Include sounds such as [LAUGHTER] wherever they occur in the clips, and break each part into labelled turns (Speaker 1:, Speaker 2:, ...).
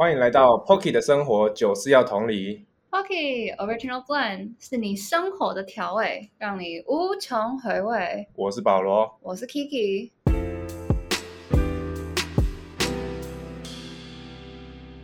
Speaker 1: 欢迎来到 Pocky 的生活，酒是要同理。
Speaker 2: Pocky Original Blend 是你生活的调味，让你无穷回味。
Speaker 1: 我是保罗，
Speaker 2: 我是 Kiki，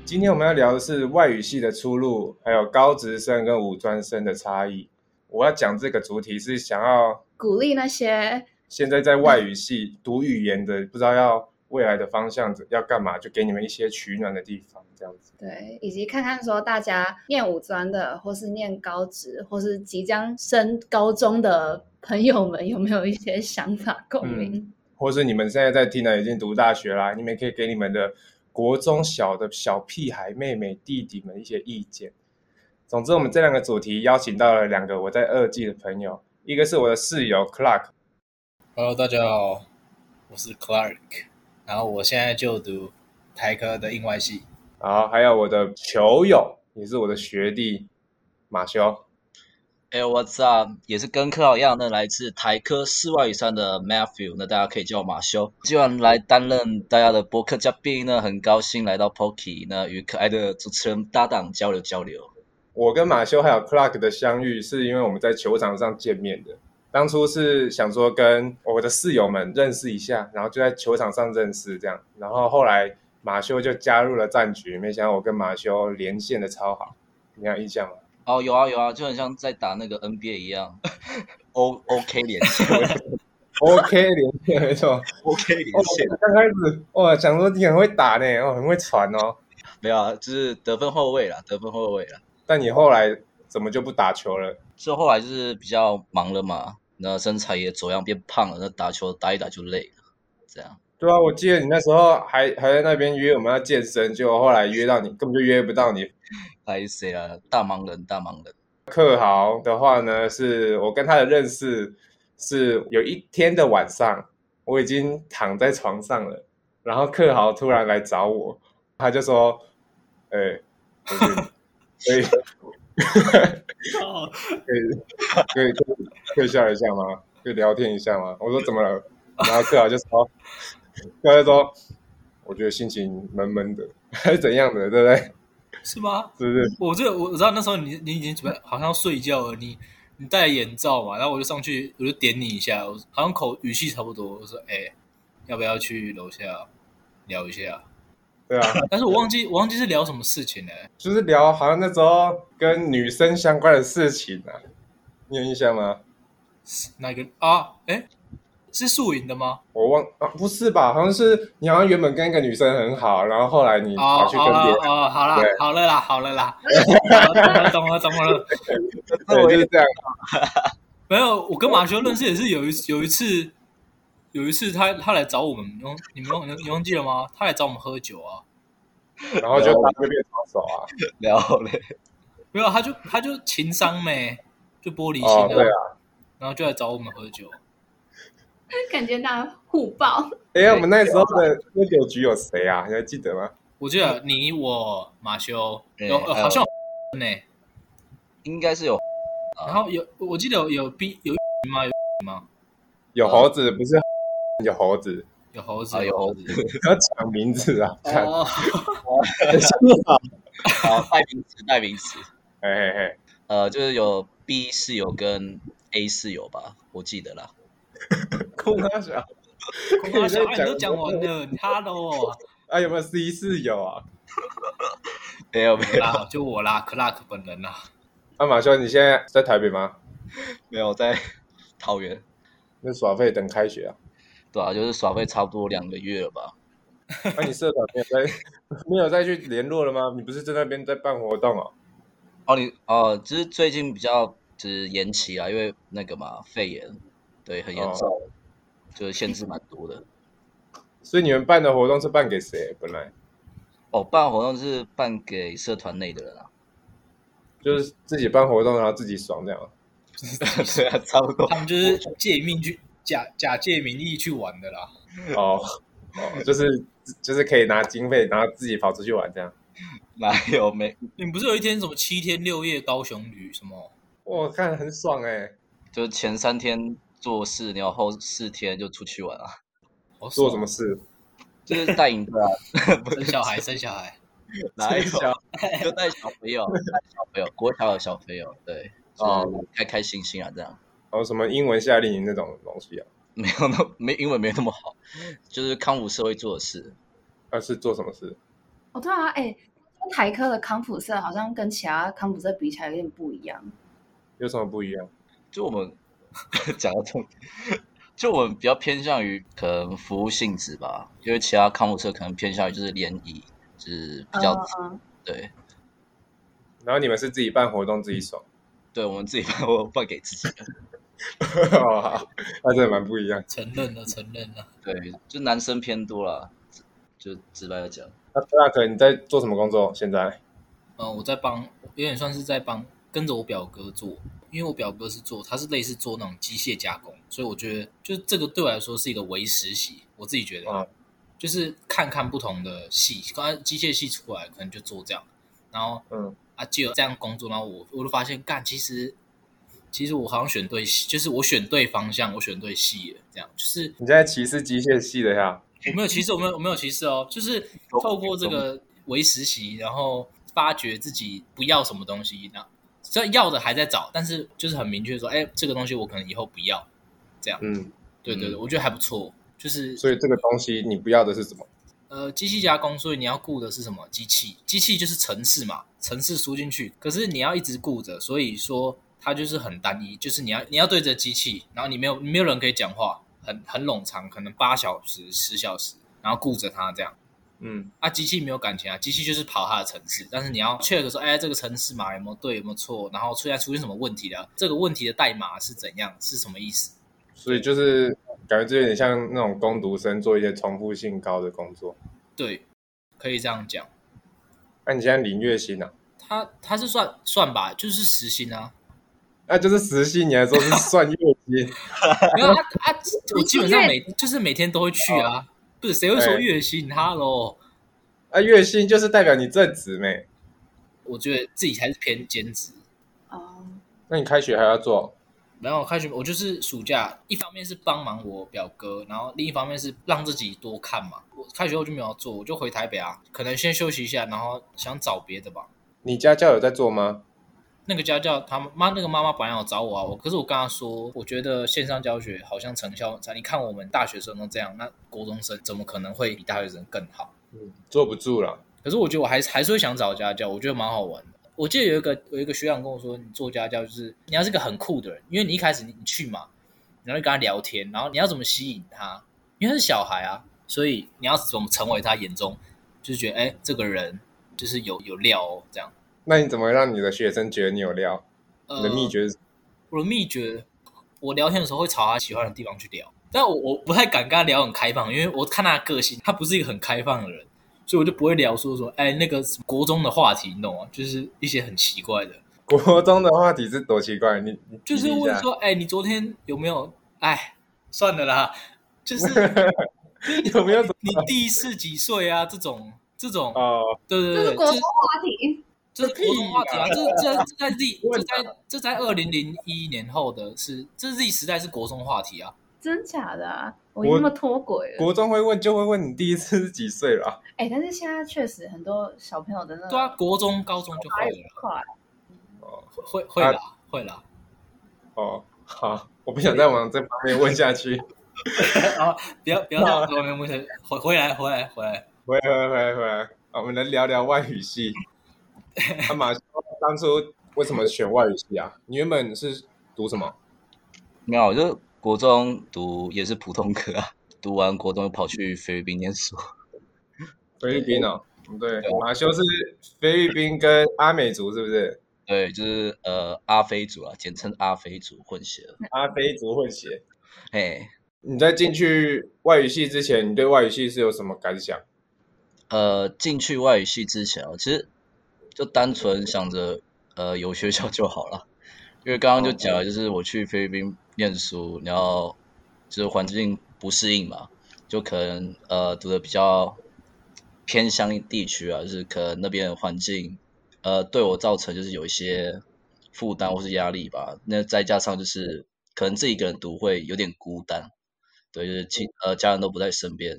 Speaker 1: 今天我们要聊的是外语系的出路，还有高职生跟五专生的差异。我要讲这个主题是想要
Speaker 2: 鼓励那些
Speaker 1: 现在在外语系读语言的，不知道要未来的方向要干嘛，就给你们一些取暖的地方，这样子。
Speaker 2: 对，以及看看说大家念五专的，或是念高职，或是即将升高中的朋友们，有没有一些想法共
Speaker 3: 嗯
Speaker 2: 鸣？
Speaker 1: 或是你们现在在听的已经读大学啦，你们也可以给你们的国中小的小屁孩妹妹弟弟们一些意见。总之，我们这两个主题邀请到了两个我在二季的朋友，一个是我的室友 Clark，
Speaker 3: Hello，大家好，我是 Clark，然后我现在就读台科的印外系。
Speaker 1: 然后还有我的球友，也是我的学弟马修。
Speaker 4: 哎、w h a t s up？也是跟克劳一样的，来自台科室外以上的 Matthew，那大家可以叫我马修。今晚来担任大家的播客嘉宾呢，很高兴来到 Pocky，那与可爱的主持人搭档交流交流。
Speaker 1: 我跟马修还有 Clark 的相遇，是因为我们在球场上见面的。当初是想说跟我的室友们认识一下，然后就在球场上认识这样。然后后来马修就加入了战局，没想到我跟马修连线的超好，你还有印象吗？
Speaker 4: 哦，有啊有啊，就很像在打那个 NBA 一样 [LAUGHS] ，O OK 连线
Speaker 1: OK，连线没错。[LAUGHS]
Speaker 4: ，OK [LAUGHS]
Speaker 1: 哦
Speaker 4: 连线，，
Speaker 1: 刚开始哇，想说你很会打呢，哦，很会传哦。
Speaker 4: 没有啊，就是得分后卫啦，得分后卫啦。
Speaker 1: 但你后来怎么就不打球了？
Speaker 4: 就后来就是比较忙了嘛，那身材也走样变胖了，那打球打一打就累了，这样。
Speaker 1: 对啊，我记得你那时候还还在那边约我们要健身，结果后来约到你，根本就约不到你。
Speaker 4: 拍谁啊？大忙人，大忙人。
Speaker 1: 克豪的话呢，是我跟他的认识是有一天的晚上，我已经躺在床上了，然后克豪突然来找我，他就说：“哎、我觉得可以可以可以可以可以笑一下吗？可以聊天一下吗？我说怎么了？然后克豪就说，克豪就说，我觉得心情闷闷的，还是怎样的，对不对？
Speaker 3: 是吗？
Speaker 1: 是不是？
Speaker 3: 我这我知道那时候你你已经准备好像要睡觉了，你你戴眼罩嘛，然后我就上去我就点你一下，我好像口语气差不多，我说哎、要不要去楼下聊一下？
Speaker 1: 对啊，
Speaker 3: 但是我忘记我忘记是聊什么事情了、
Speaker 1: 就是聊好像那时候跟女生相关的事情啊，你有印象吗？
Speaker 3: 那个啊哎、是宿营的吗？
Speaker 1: 我忘啊，不是吧？好像是你好像原本跟一个女生很好，然后后来你
Speaker 3: 哦
Speaker 1: 跑去跟
Speaker 3: 哦
Speaker 1: 别人，
Speaker 3: 哦，好啦
Speaker 1: 对
Speaker 3: 好了啦好了啦，好了懂了懂了。
Speaker 1: 对，就是这样。
Speaker 3: 没有，我跟马修认识也是有一有一次，有一次他他来找我们，你忘你们忘你忘记了吗？他来找我们喝酒啊，
Speaker 1: 然后就大家就变好手啊。
Speaker 4: 聊嘞，
Speaker 3: 没有，他就他就情商没，就玻璃
Speaker 1: 哦，
Speaker 3: 心
Speaker 1: 对啊。
Speaker 3: 然后就来找我们喝酒。
Speaker 2: 感觉大家互爆。
Speaker 1: 哎、我们那时候
Speaker 3: 啊
Speaker 1: 的喝酒局有谁啊？你还记得吗？
Speaker 3: 我记得你我马修
Speaker 4: 对
Speaker 3: 有、
Speaker 4: 还
Speaker 3: 呃、
Speaker 4: 有
Speaker 3: 好像呢、
Speaker 4: 应该是有啊
Speaker 3: 然后有我记得有有 B 有
Speaker 1: 有猴子，
Speaker 3: 哦
Speaker 1: 不是 [LAUGHS] 有猴子，
Speaker 3: 有猴子
Speaker 4: 啊，有猴子，
Speaker 1: 不要抢名字啊！看，
Speaker 4: [LAUGHS]
Speaker 3: 哦，
Speaker 4: 好啊代名词，代名词，
Speaker 1: 嘿嘿嘿，
Speaker 4: 呃，就是有 B 室友跟 A 室友吧，我记得啦。
Speaker 1: 酷他小
Speaker 3: 空大小
Speaker 1: 你在
Speaker 3: 哎
Speaker 1: 讲
Speaker 3: 你都讲完了，你哈喽，
Speaker 1: 啊，有没有 C 室友啊？
Speaker 4: 没有没有
Speaker 3: 啊啦就我啦，克拉克本人啦。
Speaker 1: 啊，马修，你现在在台北吗？
Speaker 4: 没有，在桃园，
Speaker 1: 那耍费等开学啊？
Speaker 4: 对啊，就是耍费差不多两个月了吧。
Speaker 1: 那、啊你社团没有在没有再去联络了吗？你不是在那边在办活动哦？
Speaker 4: 哦，你哦，就是最近比较就是延期啊，因为那个嘛肺炎，对，很严重，就是限制蛮多的。
Speaker 1: 所以你们办的活动是办给谁？本来
Speaker 4: 哦，办活动是办给社团内的人啊，
Speaker 1: 就是自己办活动，然后自己爽这样。
Speaker 4: [LAUGHS] 对啊，差不多。
Speaker 3: 他们就是借命去假假借名义去玩的啦。
Speaker 1: 哦，哦就是就是可以拿经费，然后自己跑出去玩这样。
Speaker 4: [LAUGHS] 哪有没？
Speaker 3: 你们不是有一天什么七天六夜高雄旅什么？
Speaker 1: 我看很爽哎、
Speaker 4: 就是前三天做事，然后后四天就出去玩啊，
Speaker 3: 好爽
Speaker 1: 做什么事？
Speaker 4: 就是带营队啊，
Speaker 3: 生小孩生小孩？
Speaker 4: [LAUGHS] 哪有 [LAUGHS]
Speaker 1: 最小？
Speaker 4: 就带小朋友，啊 [LAUGHS] 带小朋友，国小的小朋友，对，
Speaker 1: 哦
Speaker 4: 就是开开心心啊，这样
Speaker 1: 然哦后什么英文夏令营那种东西啊？
Speaker 4: 没有那没英文没那么好，就是康复社会做的事。
Speaker 1: 啊，是做什么事？
Speaker 2: 哦，对啊，哎，台科的康复社好像跟其他康复社比起来有点不一样。
Speaker 1: 有什么不一样？
Speaker 4: 就我们 [LAUGHS] 讲到重点，就我们比较偏向于可能服务性质吧，因为其他康复社可能偏向于就是联谊，就是比较、
Speaker 2: 嗯嗯，
Speaker 4: 对
Speaker 1: 然后你们是自己办活动自己爽，
Speaker 4: 对，我们自己 [LAUGHS] 办，我办给自己的。
Speaker 1: 哦，好那真的蛮不一样。
Speaker 3: 承认了，承认了。
Speaker 4: 对，就男生偏多啦，就直白的讲，
Speaker 1: 那 Clark 你在做什么工作？现在？
Speaker 3: 嗯，我在帮，有点算是在帮跟着我表哥做，因为我表哥是做，他是类似做那种机械加工，所以我觉得就是这个对我来说是一个微实习，我自己觉得啊，
Speaker 1: 嗯
Speaker 3: 就是看看不同的系，刚才机械系出来可能就做这样，然后
Speaker 1: 嗯，
Speaker 3: 啊，就有这样工作，然后我我就发现，干，其实其实我好像选对系，就是我选对方向，我选对系了，这样就是
Speaker 1: 你现在歧视机械系的呀？
Speaker 3: 我没有歧视，我没有我没有歧视哦，就是透过这个为实习，然后发觉自己不要什么东西，那这要的还在找，但是就是很明确说，哎，这个东西我可能以后不要，这样，
Speaker 1: 嗯，
Speaker 3: 对对对，
Speaker 4: 嗯
Speaker 3: 我觉得还不错，就是
Speaker 1: 所以这个东西你不要的是什么？
Speaker 3: 呃，机器加工，所以你要顾的是什么？机器，机器就是程式嘛，程式输进去，可是你要一直顾着，所以说它就是很单一，就是你要你要对着机器，然后你没有你没有人可以讲话，很很冗长，可能八小时、十小时，然后顾着它这样。
Speaker 1: 嗯，
Speaker 3: 啊，机器没有感情啊，机器就是跑它的程式，但是你要 check 说，哎，这个程式码有没有对，有没有错，然后出现出现什么问题了，这个问题的代码是怎样，是什么意思？
Speaker 1: 所以就是感觉这有点像那种工读生做一些重复性高的工作。
Speaker 3: 对，可以这样讲。
Speaker 1: 那、你现在领月薪啊？
Speaker 3: 它它是算算吧，就是实薪啊，
Speaker 1: 那、就是实习，你还说是算月薪？ [LAUGHS]
Speaker 3: 没有啊啊！我基本上每就是每天都会去啊，不是谁会说月薪他喽？
Speaker 1: 啊，月薪就是代表你正职没？
Speaker 3: 我觉得自己还是偏兼职。
Speaker 2: 哦，
Speaker 1: 那你开学还要做？
Speaker 3: 然后开学我就是暑假，一方面是帮忙我表哥，然后另一方面是让自己多看嘛。我开学后就没有做，我就回台北啊，可能先休息一下，然后想找别的吧。
Speaker 1: 你家教有在做吗？
Speaker 3: 那个家教他们妈那个妈妈本来有找我啊，我可是我跟她说，我觉得线上教学好像成效很差。你看我们大学生都这样，那国中生怎么可能会比大学生更好？
Speaker 1: 嗯，坐不住了。
Speaker 3: 可是我觉得我还是还是会想找家教，我觉得蛮好玩的。我记得有一个有一个学长跟我说，你做家教就是你要是个很酷的人，因为你一开始你你去嘛，然后就跟他聊天，然后你要怎么吸引他？因为他是小孩啊，所以你要怎么成为他眼中就是觉得哎、这个人就是有有料哦这样。
Speaker 1: 那你怎么让你的学生觉得你有料？
Speaker 3: 呃
Speaker 1: 你的秘诀是？
Speaker 3: 我的秘诀，我聊天的时候会朝他喜欢的地方去聊，但我我不太敢跟他聊很开放，因为我看他的个性，他不是一个很开放的人，所以我就不会聊说说，哎，那个什么国中的话题，你懂吗？就是一些很奇怪的，
Speaker 1: [LAUGHS] 国中的话题是多奇怪，你你
Speaker 3: 就是
Speaker 1: 举例一
Speaker 3: 问
Speaker 1: 下
Speaker 3: 说，哎，你昨天有没有？哎，算了啦，就是
Speaker 1: 有没有什
Speaker 3: [LAUGHS]
Speaker 1: 么
Speaker 3: 你第一次几岁啊？这种这种，
Speaker 1: 哦，
Speaker 3: 对对
Speaker 2: 这
Speaker 3: 对，
Speaker 2: 是国中话题，
Speaker 3: 这是国中话题啊，这这这在 Z
Speaker 1: 问
Speaker 3: 这在这在二零零一年后的是，这是 Z 时代是国中话题啊。
Speaker 2: 真假的啊？我那么脱轨了。
Speaker 1: 国中会问就会问你第一次是几岁了啊？
Speaker 2: 哎，但是现在确实很多小朋友的那个
Speaker 3: 对啊，国中、高中就
Speaker 2: 发
Speaker 3: 会
Speaker 2: 育
Speaker 3: 了，
Speaker 2: 快， [LAUGHS]
Speaker 3: 会会
Speaker 1: 啊
Speaker 3: 啦，会啦。
Speaker 1: 哦，好，我不想再往这方面问下去。 [LAUGHS]
Speaker 3: 啊，不要不要在外面问谁，回回来回来回来。
Speaker 1: 回来，回来，回来，我们来聊聊外语系。阿马修当初为什么选外语系啊？你原本是读什么？
Speaker 4: 没有，我就国中读也是普通科啊，读完国中又跑去菲律宾念书，
Speaker 1: 菲律宾哦。嗯对
Speaker 4: 对，
Speaker 1: 马修是菲律宾跟阿美族是不是？
Speaker 4: 对，就是呃阿非族啊，简称阿非族混血了，
Speaker 1: 阿非族混血。
Speaker 4: 嘿。
Speaker 1: 你在进去外语系之前，你对外语系是有什么感想？
Speaker 4: 呃，进去外语系之前啊，其实就单纯想着，呃，有学校就好了。因为刚刚就讲了，就是我去菲律宾念书，然后就是环境不适应嘛，就可能呃读的比较偏乡地区啊，就是可能那边的环境，呃，对我造成就是有一些负担或是压力吧。那再加上就是可能自己一个人读会有点孤单，对，就是亲呃家人都不在身边，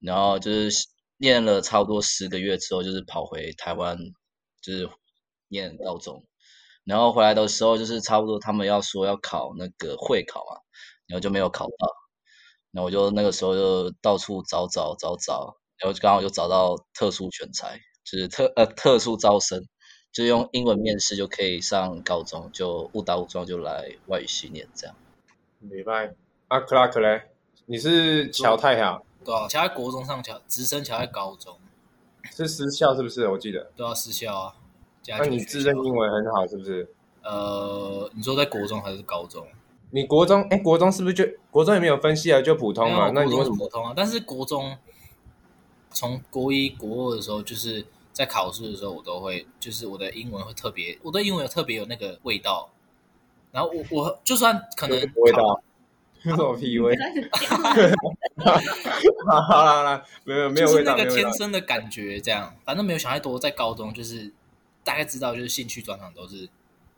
Speaker 4: 然后就是念了差不多十个月之后，就是跑回台湾，就是念高中。然后回来的时候，就是差不多他们要说要考那个会考嘛，然后就没有考到。然后我就那个时候就到处找找找找，然后就刚好就找到特殊选材，就是特呃特殊招生，就是用英文面试就可以上高中，就误打误撞就来外语系念这样。
Speaker 1: 礼拜啊，Clark 嘞，你是侨太啊？
Speaker 3: 对啊，其他国中上桥，直升桥在高中，
Speaker 1: 是私校是不是？我记得。
Speaker 3: 都要私校啊。家
Speaker 1: 那
Speaker 3: 庭
Speaker 1: 你
Speaker 3: 学
Speaker 1: 自
Speaker 3: 校
Speaker 1: 认英文很好是不是？
Speaker 3: 呃，你说在国中还是高中？
Speaker 1: 你国中哎，国中是不是就国中也没有分析啊，就普通
Speaker 3: 没
Speaker 1: 嘛
Speaker 3: 有？
Speaker 1: 那
Speaker 3: 国
Speaker 1: 你
Speaker 3: 中
Speaker 1: 为
Speaker 3: 是
Speaker 1: 什么？
Speaker 3: 普通啊，但是国中从国一、国二的时候，就是在考试的时候，我都会，就是我的英文会特别，我对英文有特别有那个味道。然后我我就算可能
Speaker 1: 就是不会
Speaker 3: 考
Speaker 1: 到， [LAUGHS] 这种 P
Speaker 3: [LAUGHS]
Speaker 1: V，
Speaker 2: 但是
Speaker 1: 好啦好啦，没有没有
Speaker 3: 就是
Speaker 1: 味
Speaker 3: 那
Speaker 1: 道，没
Speaker 3: 个
Speaker 1: 有味道
Speaker 3: 天。生的感觉，这样反正没有想太多。在高中就是大概知道，就是兴趣专长都是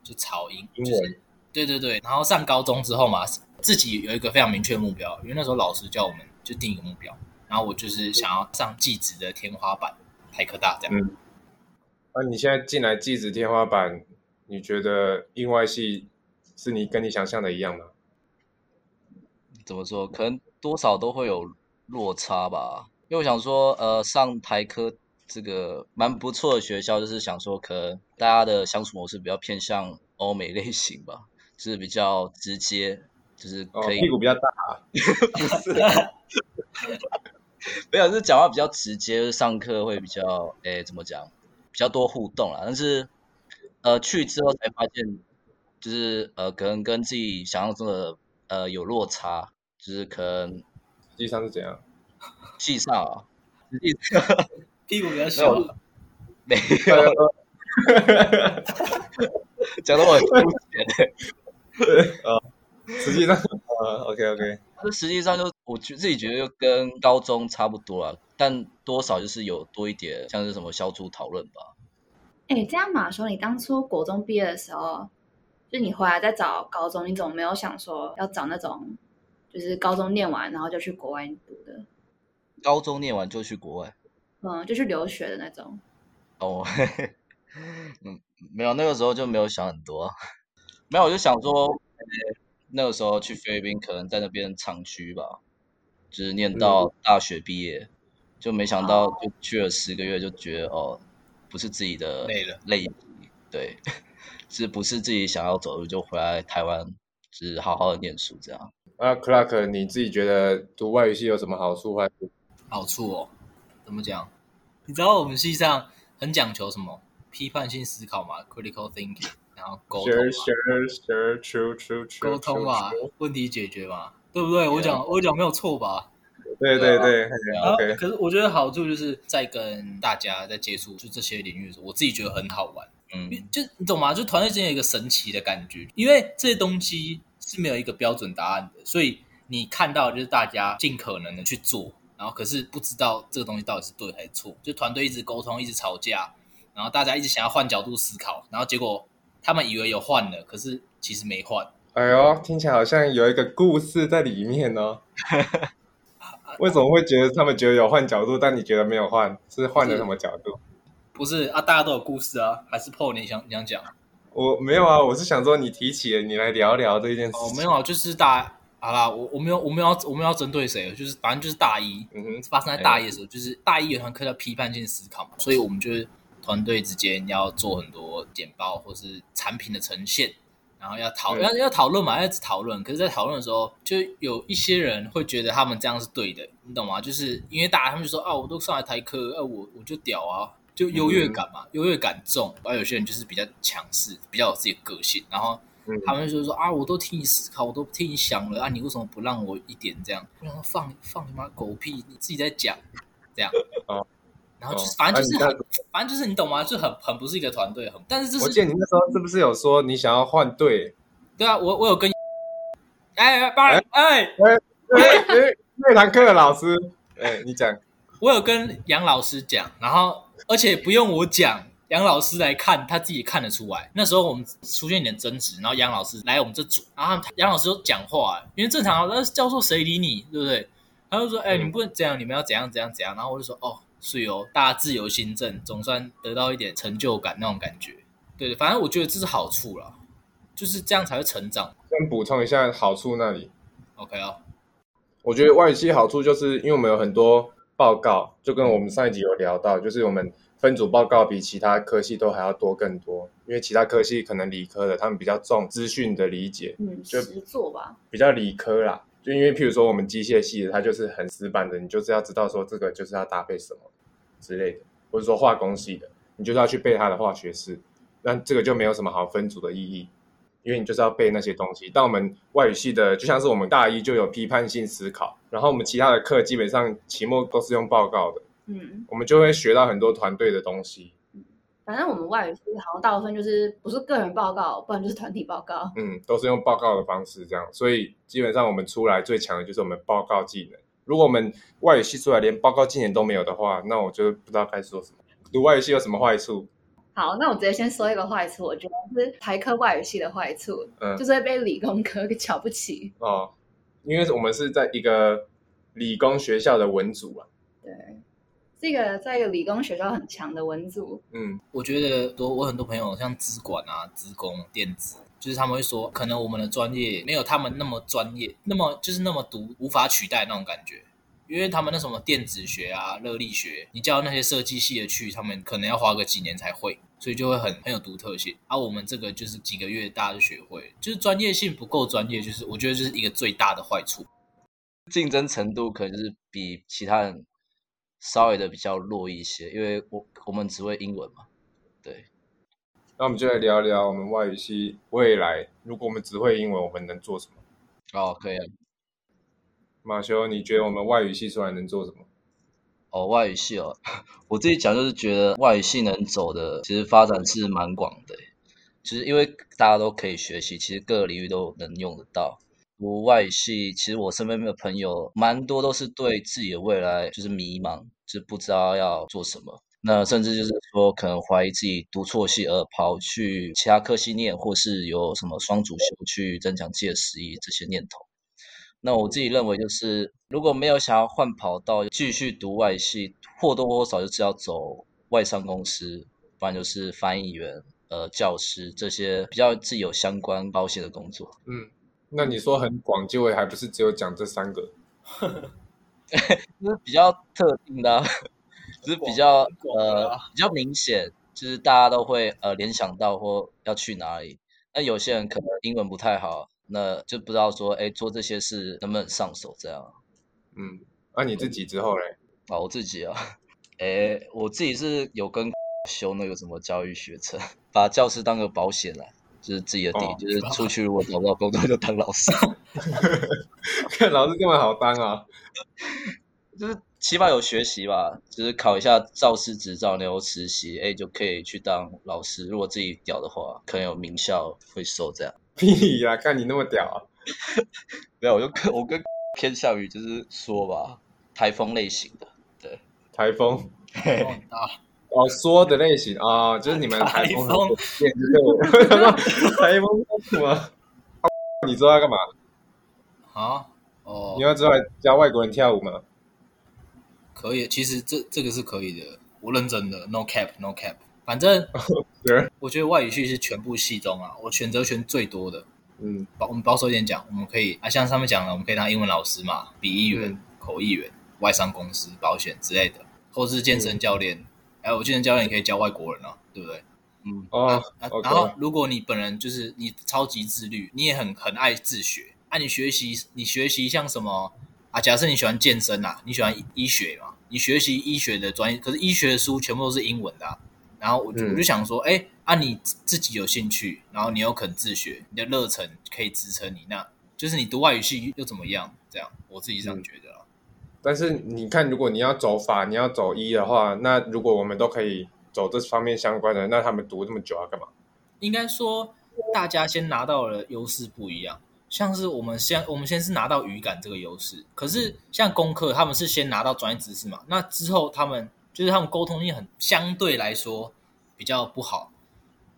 Speaker 3: 就草音，
Speaker 1: 英
Speaker 3: 就
Speaker 1: 文
Speaker 3: 是对对对。然后上高中之后嘛，自己有一个非常明确的目标，因为那时候老师叫我们就定一个目标，然后我就是想要上技职的天花板，台科大这样。
Speaker 1: 嗯那你现在进来技职天花板，你觉得英外系是你跟你想象的一样吗？
Speaker 4: 怎么说，可能多少都会有落差吧。因为我想说，呃，上台科这个蛮不错的学校，就是想说，可能大家的相处模式比较偏向欧美类型吧，就是比较直接，就是
Speaker 1: 哦，
Speaker 4: 可以
Speaker 1: 屁股比较大，
Speaker 4: 没有，是讲话比较直接，就是上课会比较，诶，怎么讲，比较多互动啦。但是，呃，去之后才发现，就是呃，可能跟自己想象中的呃有落差，就是可能
Speaker 1: 实际上是怎样？
Speaker 4: 系上啊，实际
Speaker 3: 屁股比较
Speaker 4: 小
Speaker 3: 小，
Speaker 4: 没有 [LAUGHS] 讲的我很肤浅欸
Speaker 1: 实际上，
Speaker 3: [LAUGHS]
Speaker 1: 呃，OK OK，
Speaker 4: 这实际上就我觉自己觉得就跟高中差不多啊，但多少就是有多一点像是什么小组讨论吧。
Speaker 2: 哎，这样马说，你当初国中毕业的时候，就你回来再找高中，你怎么没有想说要找那种，就是高中念完然后就去国外读的，
Speaker 4: 高中念完就去国外
Speaker 2: 嗯，就去留学的那种？
Speaker 4: 哦， [LAUGHS] 嗯，没有那个时候就没有想很多啊，没有我就想说，呃那个时候去菲律宾可能在那边长居吧，就是念到大学毕业，就没想到就去了十个月就觉得哦，不是自己的
Speaker 3: 累了
Speaker 4: 类型，对，是不是自己想要走的路就回来台湾，就是好好的念书这样。
Speaker 1: 那啊 Clark 你自己觉得读外语系有什么好处坏处？
Speaker 3: 好处哦。怎么讲？你知道我们系上很讲求什么批判性思考嘛，critical thinking，然后沟通啊
Speaker 1: 学
Speaker 3: 嘛。
Speaker 1: 学学，true true true，
Speaker 3: 沟通啊嘛
Speaker 1: true，true，，
Speaker 3: 问题解决嘛，对不对？我讲我讲没有错吧？
Speaker 1: 对对对
Speaker 4: 对
Speaker 3: 然后
Speaker 1: ，OK，
Speaker 3: 可是我觉得好处就是在跟大家在接触就这些领域的时候，我自己觉得很好玩，
Speaker 4: 嗯，
Speaker 3: 就你懂吗？就团队之间有一个神奇的感觉，因为这些东西是没有一个标准答案的，所以你看到就是大家尽可能的去做，然后可是不知道这个东西到底是对还是错，就团队一直沟通，一直吵架，然后大家一直想要换角度思考，然后结果他们以为有换了，可是其实没换。
Speaker 1: 哎呦，听起来好像有一个故事在里面
Speaker 3: [LAUGHS]
Speaker 1: 哦。为什么会觉得他们觉得有换角度，但你觉得没有换？是换了什么角度？
Speaker 3: 不是啊，大家都有故事啊，还是 PO 你想你想讲？
Speaker 1: 我没有啊，我是想说你提起了，你来聊聊这件事
Speaker 3: 哦，
Speaker 1: 情。
Speaker 3: 没有，啊，就是大好啦，我我没有我没有要我没有要针对谁，就是反正就是大一
Speaker 1: 嗯哼，
Speaker 3: 发生在大一的时候，就是大一有堂课叫批判性思考嘛，所以我们就是团队之间要做很多简报或是产品的呈现，然后要讨
Speaker 1: 对
Speaker 3: 要要讨论嘛，要一直讨论。可是，在讨论的时候，就有一些人会觉得他们这样是对的，你懂吗？就是因为大家他们就说啊，我都上来台科，啊，我我就屌啊，就优越感
Speaker 1: 嗯
Speaker 3: 嘛，优越感重。然后有些人就是比较强势，比较有自己的个性，然后
Speaker 1: 嗯
Speaker 3: 他们就说啊，我都替你思考，我都替你想了啊，你为什么不让我一点这样？我想说放放你妈狗屁，你自己在讲这样
Speaker 1: 哦。
Speaker 3: 然后就是
Speaker 1: 哦
Speaker 3: 反正就
Speaker 1: 啊
Speaker 3: 是
Speaker 1: 你
Speaker 3: 很，反正就是你懂吗？就很很不是一个团队，很但是这
Speaker 1: 我
Speaker 3: 是
Speaker 1: 记得你那时候是不是有说你想要换队？
Speaker 3: 对啊，我我有跟，哎哎爸哎，
Speaker 1: 对对， [LAUGHS] 那堂课的老师，哎，你讲，
Speaker 3: 我有跟杨老师讲，然后而且不用我讲，杨老师来看他自己看得出来。那时候我们出现一点争执，然后杨老师来我们这组，然后他杨老师就讲话，欸因为正啊常那教授谁理你，对不对？他就说，哎，
Speaker 1: 嗯
Speaker 3: 你不能这样，你们要怎样怎样怎样。然后我就说，哦，是由大家自由新政，总算得到一点成就感那种感觉。对，反正我觉得这是好处啦，就是这样才会成长。
Speaker 1: 先补充一下好处那里，
Speaker 3: OK 啊，
Speaker 1: 我觉得外语系好处就是因为我们有很多报告，就跟我们上一集有聊到，就是我们分组报告比其他科系都还要多更多，因为其他科系可能理科的他们比较重资讯的理解，
Speaker 2: 嗯，
Speaker 1: 就
Speaker 2: 实做吧，
Speaker 1: 比较理科啦。就因为譬如说我们机械系的，它就是很死板的，你就是要知道说这个就是要搭配什么之类的，或者说化工系的，你就是要去背它的化学式，那这个就没有什么好分组的意义，因为你就是要背那些东西。但我们外语系的，就像是我们大一就有批判性思考，然后我们其他的课基本上期末都是用报告的，
Speaker 2: 嗯，
Speaker 1: 我们就会学到很多团队的东西。
Speaker 2: 反正我们外语系好像大部分就是不是个人报告，不然就是团体报告，
Speaker 1: 嗯，都是用报告的方式这样，所以基本上我们出来最强的就是我们报告技能。如果我们外语系出来连报告技能都没有的话，那我就不知道该说什么。读外语系有什么坏处？
Speaker 2: 好，那我直接先说一个坏处，我觉得是台科外语系的坏处，
Speaker 1: 嗯
Speaker 2: 就是会被理工科给 [LAUGHS] 瞧不起。
Speaker 1: 哦，因为我们是在一个理工学校的文组啊，
Speaker 2: 对，这个在一个理工学校很强的文组，
Speaker 1: 嗯，
Speaker 3: 我觉得我我很多朋友像资管啊、资工、电子，就是他们会说，可能我们的专业没有他们那么专业，那么就是那么独无法取代那种感觉。因为他们那什么电子学啊、热力学，你叫那些设计系的去，他们可能要花个几年才会，所以就会很很有独特性。啊，我们这个就是几个月大家就学会，就是专业性不够专业，就是我觉得就是一个最大的坏处。
Speaker 4: 竞争程度可能就是比其他人稍微的比较弱一些，因为我我们只会英文嘛。
Speaker 1: 那我们就来聊聊我们外语系未来，如果我们只会英文，我们能做什么？
Speaker 4: 哦，可以啊。
Speaker 1: 马修，你觉得我们外语系出来能做什么？
Speaker 4: 哦，外语系哦， [LAUGHS] 我自己讲就是觉得外语系能走的，其实发展是蛮广的欸，就是因为大家都可以学习，其实各个领域都能用得到。读外语系，其实我身边的朋友蛮多都是对自己的未来就是迷茫，就是不知道要做什么。那甚至就是说，可能怀疑自己读错系而跑去其他科系念，或是有什么双主修去增强自己的实力这些念头。那我自己认为就是，如果没有想要换跑道继续读外系，或多或少就是要走外商公司，不然就是翻译员、呃教师这些比较自己有相关保险的工作。
Speaker 1: 嗯，那你说很广，结尾还不是只有讲这三个？
Speaker 4: 就是比较特定的啊、就是比较
Speaker 3: 很广的
Speaker 4: 呃
Speaker 3: 啊
Speaker 4: 比较明显，就是大家都会呃联想到或要去哪里。那有些人可能英文不太好，那就不知道说，哎，做这些事能不能上手这样。
Speaker 1: 嗯，那、你自己之后嘞？
Speaker 4: 啊，我自己啊，诶，我自己是有跟修那个什么教育学程， [LAUGHS] 把教师当个保险啦，就是自己的底，
Speaker 1: 哦
Speaker 4: 就是出去如果找不到工作就当老师，
Speaker 1: 看 [LAUGHS] 老师这么好当啊！
Speaker 4: 就是起码有学习吧，就是考一下教师执照，然后实习，诶，就可以去当老师。如果自己屌的话，可能有名校会收这样。
Speaker 1: 屁呀、看你那么屌啊！
Speaker 4: 没有，我就跟我跟 [LAUGHS] 偏向于就是说吧，台风类型的。
Speaker 1: 台风
Speaker 3: 然后很大
Speaker 1: 哦，说的类型啊、就是你们台风
Speaker 3: 台风
Speaker 1: 对对对，我台风什么？ [LAUGHS] 啊你知道要干嘛？
Speaker 3: 啊，哦
Speaker 1: 你，要知道教外国人跳舞吗？
Speaker 3: 可以，其实这这个是可以的，我认真的，no cap，no cap。反正
Speaker 1: [LAUGHS] 对，
Speaker 3: 我觉得外语系是全部系中啊，我选择权最多的。
Speaker 1: 嗯，
Speaker 3: 保我们保守一点讲，我们可以啊，像上面讲了，我们可以当英文老师嘛，笔译员、
Speaker 1: 嗯
Speaker 3: 口译员、外商公司、保险之类的，或是健
Speaker 1: 嗯
Speaker 3: 身教练。哎、我健身教练也可以教外国人啊，对不对？
Speaker 4: 嗯，
Speaker 1: 哦
Speaker 3: 啊
Speaker 1: ，OK，
Speaker 3: 然后如果你本人就是你超级自律，你也很很爱自学，啊，你学习你学习像什么啊？假设你喜欢健身啊，你喜欢医医学嘛，你学习医学的专业，可是医学的书全部都是英文的啊、然后我就、
Speaker 1: 嗯
Speaker 3: 我就想说，哎，啊，你自自己有兴趣，然后你又肯自学，你的热忱可以支撑你，那就是你读外语系又怎么样？这样我自己
Speaker 1: 嗯
Speaker 3: 这样觉得啊。
Speaker 1: 但是你看，如果你要走法，你要走医的话，那如果我们都可以走这方面相关的，那他们读这么久要干嘛？
Speaker 3: 应该说大家先拿到了优势不一样，像是我们先我们先是拿到语感这个优势，可是像功课他们是先拿到专业知识嘛，那之后他们就是他们沟通力很相对来说比较不好，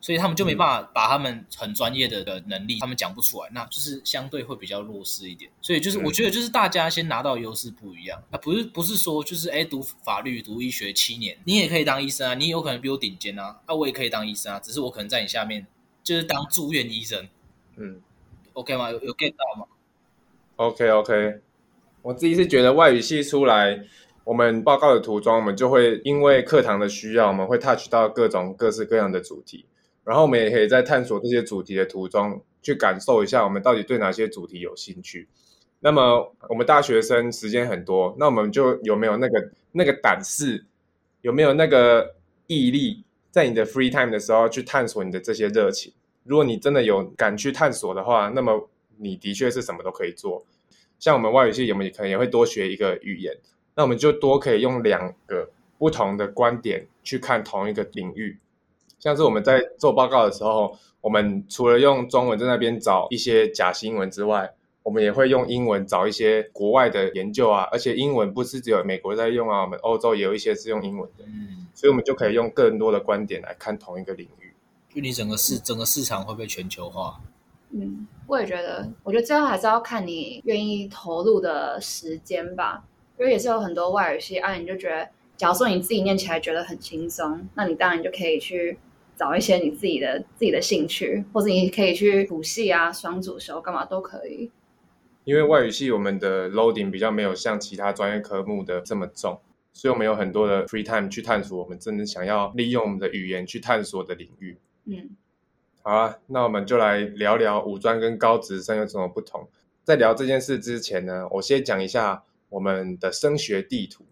Speaker 3: 所以他们就没办法把他们很专业的的能力，他们讲不出来，那就是相对会比较弱势一点。所以就是
Speaker 1: 嗯
Speaker 3: 我觉得就是大家先拿到优势不一样，那不是不是说就是哎读法律读医学七年，你也可以当医生啊，你有可能比我顶尖啊，啊我也可以当医生啊，只是我可能在你下面就是当住院医生
Speaker 1: 嗯
Speaker 3: ，OK 吗？有有 get 到吗？
Speaker 1: ，OK OK，我自己是觉得外语系出来，我们报告的途中，我们就会因为课堂的需要，我们会 touch 到各种各式各样的主题，然后我们也可以在探索这些主题的途中，去感受一下我们到底对哪些主题有兴趣。那么我们大学生时间很多，那我们就有没有那个那个胆识，有没有那个毅力，在你的 free time 的时候去探索你的这些热情？如果你真的有敢去探索的话，那么你的确是什么都可以做。像我们外语系，我们也可能也会多学一个语言，那我们就多可以用两个不同的观点去看同一个领域。像是我们在做报告的时候，我们除了用中文在那边找一些假新闻之外，我们也会用英文找一些国外的研究啊，而且英文不是只有美国在用啊，我们欧洲也有一些是用英文的，
Speaker 3: 嗯，
Speaker 1: 所以我们就可以用更多的观点来看同一个领域。
Speaker 3: 就你整个市整个市场会被全球化，
Speaker 2: 嗯，我也觉得，我觉得最后还是要看你愿意投入的时间吧，因为也是有很多外语系啊，你就觉得，假如说你自己念起来觉得很轻松，那你当然就可以去找一些你自己的自己的兴趣，或者你可以去补系啊、双主修干嘛都可以。
Speaker 1: 因为外语系我们的 loading 比较没有像其他专业科目的这么重，所以我们有很多的 free time 去探索我们真的想要利用我们的语言去探索的领域。
Speaker 2: 嗯，
Speaker 1: 好啊，那我们就来聊聊五专跟高职生有什么不同。在聊这件事之前呢，我先讲一下我们的升学地图。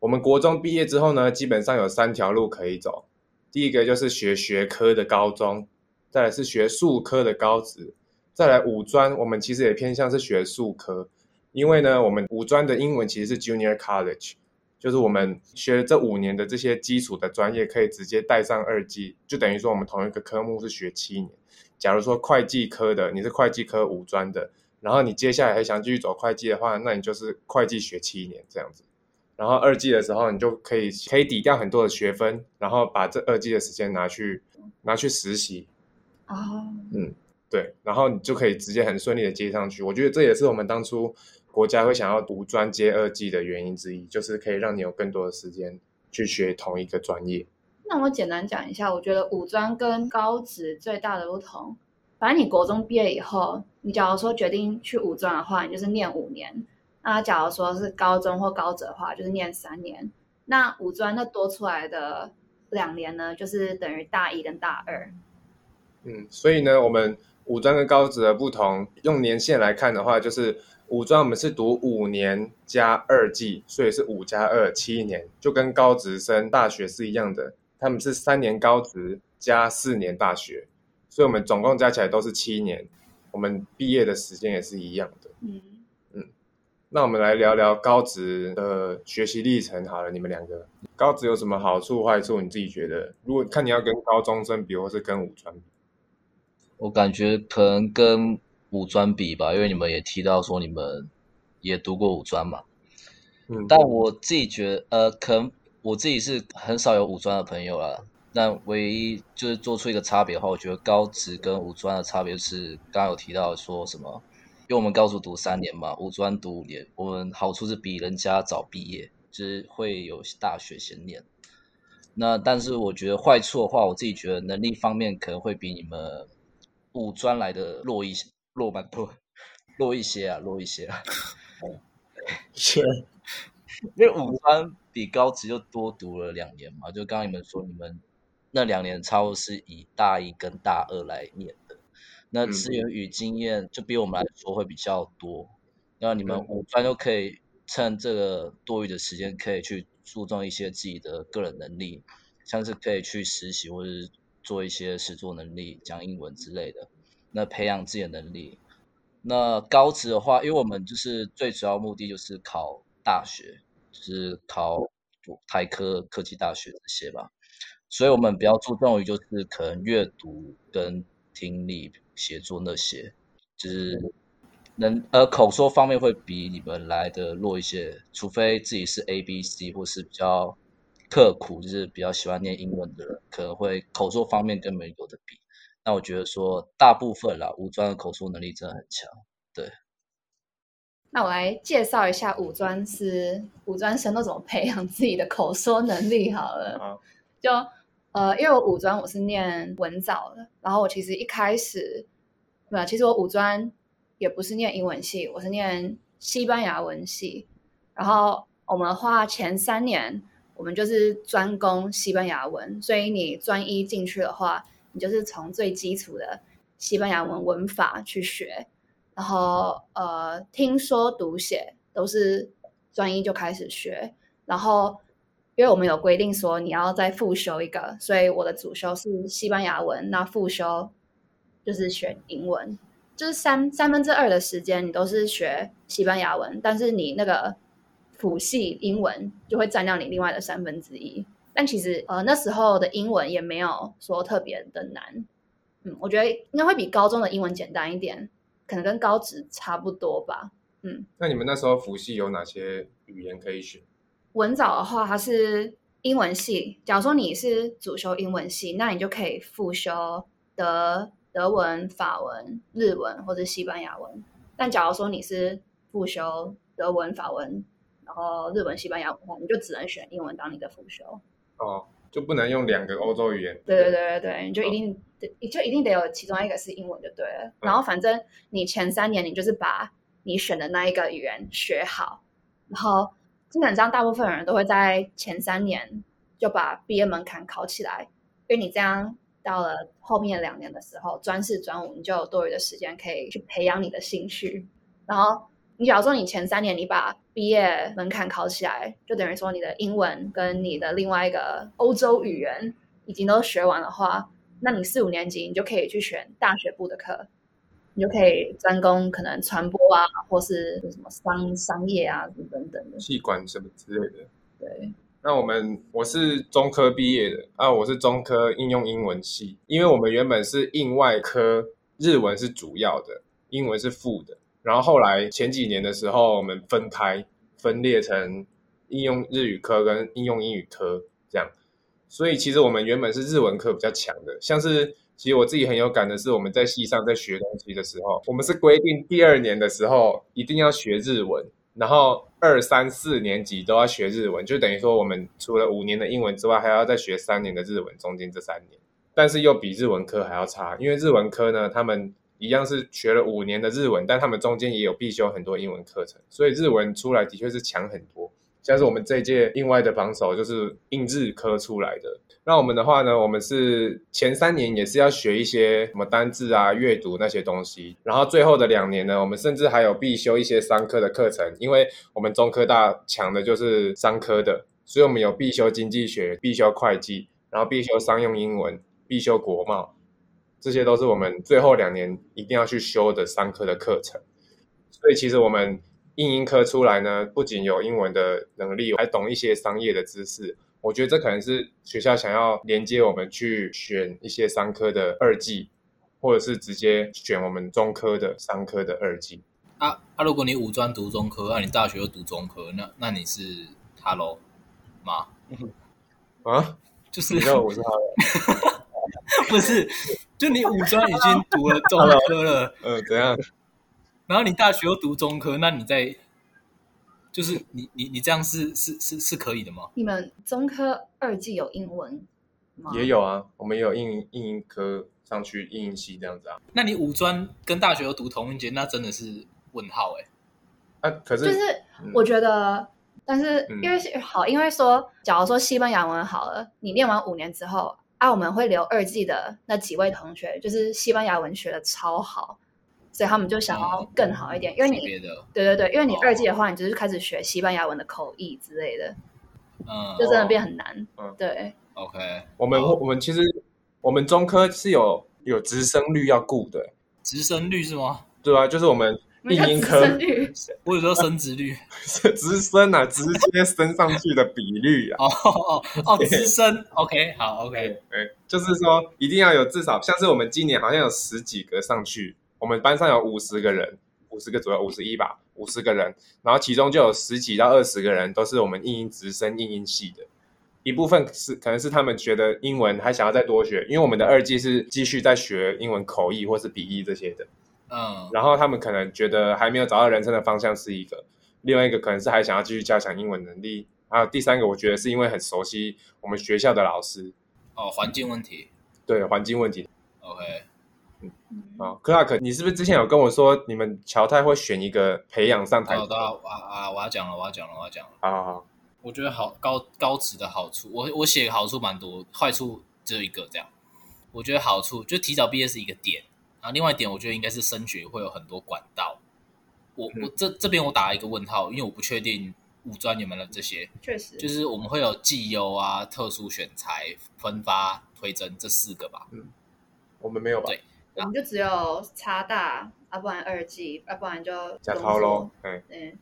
Speaker 1: 我们国中毕业之后呢，基本上有三条路可以走。第一个就是学学科的高中，再来是学术科的高职，再来五专，我们其实也偏向是学术科，因为呢，我们五专的英文其实是 Junior College，就是我们学这五年的这些基础的专业，可以直接带上二技，就等于说我们同一个科目是学七年。假如说会计科的，你是会计科五专的，然后你接下来还想继续走会计的话，那你就是会计学七年这样子。然后二技的时候，你就可以可以抵掉很多的学分，然后把这二技的时间拿去拿去实习，
Speaker 2: 哦，
Speaker 1: 对，然后你就可以直接很顺利的接上去。我觉得这也是我们当初国家会想要读专接二技的原因之一，就是可以让你有更多的时间去学同一个专业。
Speaker 2: 那我简单讲一下，我觉得五专跟高职最大的不同，反正你国中毕业以后，你假如说决定去五专的话，你就是念五年；那假如说是高中或高职的话，就是念三年。那五专那多出来的两年呢，就是等于大一跟大二。
Speaker 1: 嗯，所以呢，我们五专跟高职的不同，用年限来看的话，就是五专我们是读五年加二季，所以是五加二七年，就跟高职生大学是一样的，他们是三年高职加四年大学，所以我们总共加起来都是七年，我们毕业的时间也是一样的。
Speaker 2: 嗯，
Speaker 1: 那我们来聊聊高职的学习历程好了，你们两个高职有什么好处坏处？你自己觉得？如果看你要跟高中生比，或是跟五专比，
Speaker 4: 我感觉可能跟五专比吧，因为你们也提到说你们也读过五专嘛，
Speaker 1: 嗯，
Speaker 4: 但我自己觉得，呃，可能我自己是很少有五专的朋友啦。但唯一就是做出一个差别的话，我觉得高职跟五专的差别是，刚刚有提到说什么，因为我们高职读三年嘛，五专读五年，我们好处是比人家早毕业，就是会有大学先念。那但是我觉得坏处的话，我自己觉得能力方面可能会比你们五专来的弱一些，弱蛮多，弱一些啊，弱一些啊。 [LAUGHS] 因为五专比高职就多读了两年嘛，就刚刚你们说你们那两年差不多是以大一跟大二来念的，那
Speaker 1: 嗯
Speaker 4: 资源与经验就比我们来说会比较多。那你们
Speaker 1: 嗯
Speaker 4: 五专就可以趁这个多余的时间，可以去注重一些自己的个人能力，像是可以去实习或者是做一些实作能力、讲英文之类的，那培养自己的能力。那高职的话，因为我们就是最主要目的就是考大学，就是考台科、科技大学这些吧，所以我们比较注重于就是可能阅读跟听力、写作那些，就是能呃口说方面会比你们来的弱一些，除非自己是 A、B、C 或是比较刻苦，就是比较喜欢念英文的人，可能会口说方面跟美国的比。那我觉得说大部分啦，五专的口说能力真的很强。
Speaker 2: 那我来介绍一下五专师、五专生都怎么培养自己的口说能力好了。
Speaker 1: 好
Speaker 2: 就呃，因为我五专我是念文藻的，然后我其实一开始没有，其实我五专也不是念英文系，我是念西班牙文系。然后我们的话前三年我们就是专攻西班牙文，所以你专一进去的话，你就是从最基础的西班牙文文法去学，然后呃，听说读写都是专一就开始学，然后因为我们有规定说你要再复修一个，所以我的主修是西班牙文，那复修就是学英文，就是三三分之二的时间你都是学西班牙文，但是你那个辅系英文就会占掉你另外的三分之一。但其实呃那时候的英文也没有说特别的难，嗯，我觉得应该会比高中的英文简单一点，可能跟高职差不多吧。
Speaker 1: 那你们那时候辅系有哪些语言可以选？
Speaker 2: 文藻的话，它是英文系。假如说你是主修英文系，那你就可以复修德德文、法文、日文或者西班牙文。但假如说你是复修德文、法文，然后日文、西班牙文的话，你就只能选英文当你的复修。
Speaker 1: 哦，就不能用两个欧洲语言。
Speaker 2: 对对对对对，你就一定得、你就一定得有其中一个是英文就对了。然后反正你前三年你就是把你选的那一个语言学好，然后基本上大部分人都会在前三年就把毕业门槛考起来，因为你这样到了后面两年的时候，专四专五你就有多余的时间可以去培养你的兴趣。然后你假如说你前三年你把毕业门槛考起来，就等于说你的英文跟你的另外一个欧洲语言已经都学完的话，那你四五年级你就可以去选大学部的课，你就可以专攻可能传播啊，或是什么商商业啊等等的。
Speaker 1: 气管什么之类的。
Speaker 2: 对，
Speaker 1: 那我们我是中科毕业的啊，我是中科应用英文系，因为我们原本是应外科，日文是主要的，英文是副的。然后后来前几年的时候，我们分开分裂成应用日语科跟应用英语科这样。所以其实我们原本是日文科比较强的，像是其实我自己很有感的是，我们在系上在学东西的时候，我们是规定第二年的时候一定要学日文，然后二三四年级都要学日文，就等于说我们除了五年的英文之外，还要再学三年的日文，中间这三年，但是又比日文科还要差，因为日文科呢，他们一样是学了五年的日文，但他们中间也有必修很多英文课程，所以日文出来的确是强很多。像是我们这一届另外的榜首就是应日科出来的。那我们的话呢，我们是前三年也是要学一些什么单字啊、阅读那些东西，然后最后的两年呢，我们甚至还有必修一些商科的课程，因为我们中科大强的就是商科的，所以我们有必修经济学、必修会计，然后必修商用英文、必修国贸，这些都是我们最后两年一定要去修的商科的课程。所以其实我们应英科出来呢，不仅有英文的能力，还懂一些商业的知识。我觉得这可能是学校想要连接我们去选一些商科的二技，或者是直接选我们中科的商科的二技。
Speaker 3: 啊啊！如果你五专读中科，那、啊你大学又读中科，那那你是 Hello 吗？
Speaker 1: 啊，
Speaker 3: 就
Speaker 1: [LAUGHS]
Speaker 3: 是
Speaker 1: 你知道我是他
Speaker 3: [LAUGHS] 不是？就你五专已经读了中科了，
Speaker 1: 呃，怎
Speaker 2: [LAUGHS]
Speaker 1: 样？
Speaker 3: 然后你大学又读中科，那你在就是你你你这样是是是是可以的吗？
Speaker 2: 你们中科二技有英文吗？
Speaker 1: 也有啊，我们也有应应英科上去应英系这样子啊。
Speaker 3: 那你五专跟大学又读同一节，那真的是问号哎、
Speaker 1: 啊，可是
Speaker 2: 就是
Speaker 1: 嗯
Speaker 2: 我觉得，但是
Speaker 1: 嗯
Speaker 2: 因为是好，因为说，假如说西班牙文好了，你念完五年之后，啊，我们会留二季的那几位同学，就是西班牙文学的超好，所以他们就想要更好一
Speaker 1: 嗯
Speaker 2: 点，因为
Speaker 3: 欸，
Speaker 2: 你
Speaker 3: 级别的，
Speaker 2: 对对对，因为你
Speaker 3: 哦
Speaker 2: 二季的话，你就是开始学西班牙文的口译之类的，
Speaker 3: 嗯
Speaker 2: 就真的变很难。
Speaker 1: 嗯
Speaker 2: 对，
Speaker 3: ，OK，
Speaker 1: 我们
Speaker 3: 好
Speaker 1: 我们其实我们中科是有有直升率要顾的、
Speaker 3: 直升率是吗？
Speaker 1: 对啊，就是我们 [LAUGHS]
Speaker 2: 没有
Speaker 1: 英
Speaker 2: 直
Speaker 1: 科
Speaker 2: 升率，
Speaker 3: 我有时候升职率， [LAUGHS]
Speaker 1: 是直升啊，直接升上去的比率啊。
Speaker 3: 哦哦哦，直升，OK，好，OK，
Speaker 1: 对，就是说一定要有至少，像是我们今年好像有十几个上去，我们班上有五十个人，五十个左右，五十一吧，五十个人，然后其中就有十几到二十个人都是我们应英直升应英系的，一部分是可能是他们觉得英文还想要再多学，因为我们的二季是继续在学英文口译或是笔译这些的，
Speaker 3: 嗯，
Speaker 1: 然后他们可能觉得还没有找到人生的方向是一个，另外一个可能是还想要继续加强英文能力，还有第三个我觉得是因为很熟悉我们学校的老师，
Speaker 3: 哦，环境问题
Speaker 1: 对环境问题
Speaker 3: ，OK，
Speaker 2: 嗯
Speaker 1: 啊，Clark，你是不是之前有跟我说你们侨泰会选一个培养上台
Speaker 3: 好
Speaker 1: 的？
Speaker 3: 的，啊啊，我要讲了，我要讲了，我要讲了。
Speaker 1: 好好好，
Speaker 3: 我觉得好高高职的好处，我我写好处蛮多，坏处只有一个这样。我觉得好处就提早毕业是一个点，然后另外一点我觉得应该是升学会有很多管道。我我这这边我打一个问号，因为我不确定五专有没有这些，
Speaker 2: 确实，
Speaker 3: 就是我们会有绩优啊、特殊选材、分发、推甄这四个吧。
Speaker 1: 我们没有吧？
Speaker 3: 对
Speaker 2: 我们就只有差大，啊，不然二季，啊，不然就
Speaker 1: 假
Speaker 2: 浓
Speaker 1: 涛喽
Speaker 2: 缩，，
Speaker 1: 嗯，
Speaker 2: 嗯，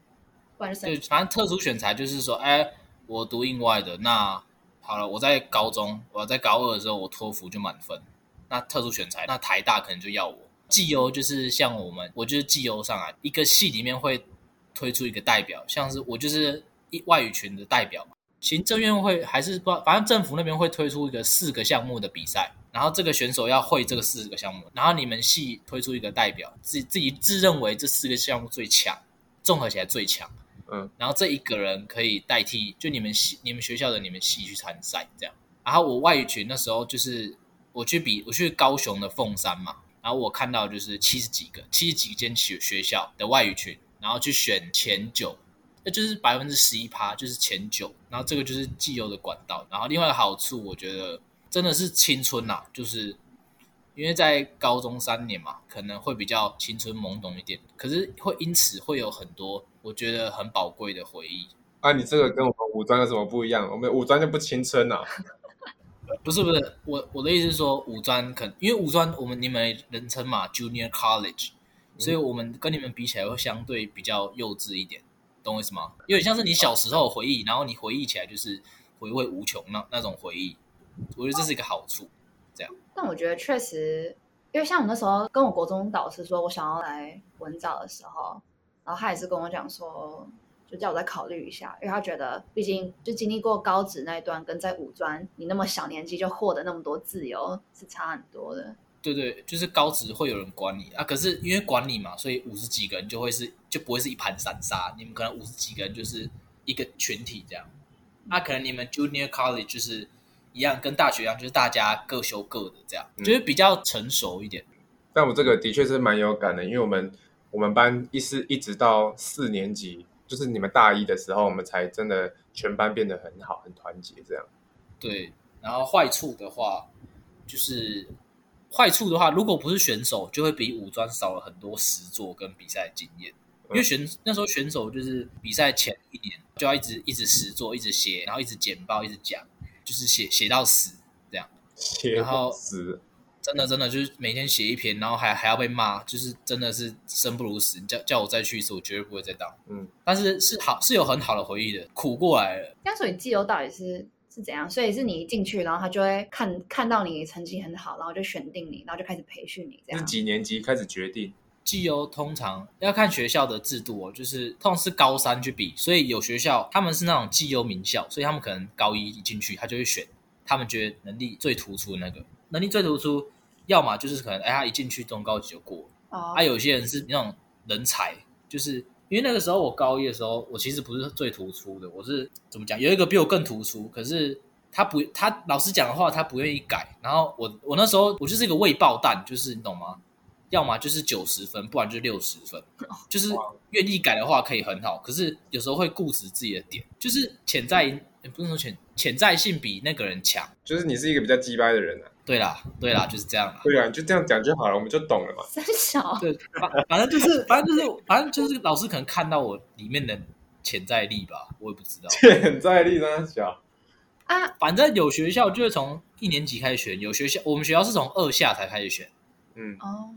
Speaker 2: 不然就
Speaker 3: 对
Speaker 2: 升，
Speaker 3: 反正特殊选材就是说，哎，我读印外的，那好了，我在高中，我在高二的时候，我托福就满分，那特殊选材，那台大可能就要我。绩优就是像我们，我就是绩优上来，一个系里面会推出一个代表，像是我就是一外语群的代表嘛。行政院会还是不知道，反正政府那边会推出一个四个项目的比赛，然后这个选手要会这个四个项目，然后你们系推出一个代表，自自己自认为这四个项目最强，综合起来最强。然后这一个人可以代替就你们系、你们学校的你们系去参赛这样。然后我外语群那时候就是我去比我去高雄的凤山嘛，然后我看到就是七十几个七十几间学学校的外语群，然后去选前九，那就是百分之十一趴，就是前九。然后这个就是既有的管道。然后另外一个好处，我觉得真的是青春啦、就是因为在高中三年嘛，可能会比较青春懵懂一点，可是会因此会有很多我觉得很宝贵的回忆。
Speaker 1: 啊，你这个跟我们五专有什么不一样？我们五专就不青春了、 [LAUGHS]
Speaker 3: 不是不是，我我的意思是说，五专可能因为五专我们你们人称嘛 junior college，所以我们跟你们比起来会相对比较幼稚一点，懂我意思吗？有点像是你小时候的回忆，然后你回忆起来就是回味无穷那那种回忆，我觉得这是一个好处。
Speaker 2: 但我觉得确实，因为像我那时候跟我国中导师说我想要来文藻的时候，然后他也是跟我讲说，就叫我再考虑一下，因为他觉得毕竟就经历过高职那一段，跟在五专你那么小年纪就获得那么多自由是差很多的。
Speaker 3: 对对，就是高职会有人管你啊，可是因为管你嘛，所以五十几个人就会是就不会是一盘散沙，你们可能五十几个人就是一个群体这样。那、可能你们 junior college 就是一样，跟大学一样，就是大家各修各的这样，
Speaker 1: 嗯
Speaker 3: 就是比较成熟一点。
Speaker 1: 但我这个的确是蛮有感的，因为我们我们班一是一直到四年级，就是你们大一的时候，我们才真的全班变得很好，很团结这样。
Speaker 3: 对，然后坏处的话，就是坏处的话，如果不是选手，就会比五专少了很多实作跟比赛经验。因为选那时候选手就是比赛前一年就要一直一直实作，一直写，然后一直简报，一直讲，就是写写到死，
Speaker 1: 写
Speaker 3: 然后
Speaker 1: 死，
Speaker 3: 真的真的就是每天写一篇，然后还还要被骂，就是真的是生不如死。你叫叫我再去一次，我绝对不会再当。
Speaker 1: 嗯，
Speaker 3: 但是是好是有很好的回忆的，苦过来了。
Speaker 2: 但所以绩优到底是是怎样？所以是你一进去，然后他就会看看到你成绩很好，然后就选定你，然后就开始培训你这
Speaker 1: 是
Speaker 2: 样。
Speaker 1: 几年级开始决定？
Speaker 3: 绩优通常要看学校的制度哦，就是通常是高三去比，所以有学校他们是那种绩优名校，所以他们可能高一一进去，他就会选他们觉得能力最突出的那个，能力最突出，要么就是可能哎他一进去中高级就过了，
Speaker 2: 哦
Speaker 3: 啊，有些人是那种人才，就是因为那个时候我高一的时候，我其实不是最突出的，我是怎么讲？有一个比我更突出，可是他不，他老师讲的话他不愿意改。然后我我那时候我就是一个未爆弹，就是你懂吗？要么就是九十分，不然就是六十分，就是愿意改的话可以很好，可是有时候会固执自己的点，就是潜在，也不是说潜潜在性比那个人强。
Speaker 1: 就是你是一个比较鸡掰的人啊。
Speaker 3: 对啦，对啦，就是这样啦。
Speaker 1: 对啊，你就这样讲就好了，我们就懂了嘛。 [LAUGHS]
Speaker 2: 真小，
Speaker 3: [LAUGHS] 对，反反正就是，反正就是，反正就是老师可能看到我里面的潜在力吧，我也不知道。
Speaker 1: 潜在力呢，小
Speaker 2: 啊，
Speaker 3: 反正有学校就会从一年级开始选，有学校我们学校是从二下才开始选，
Speaker 1: 嗯，
Speaker 2: 哦，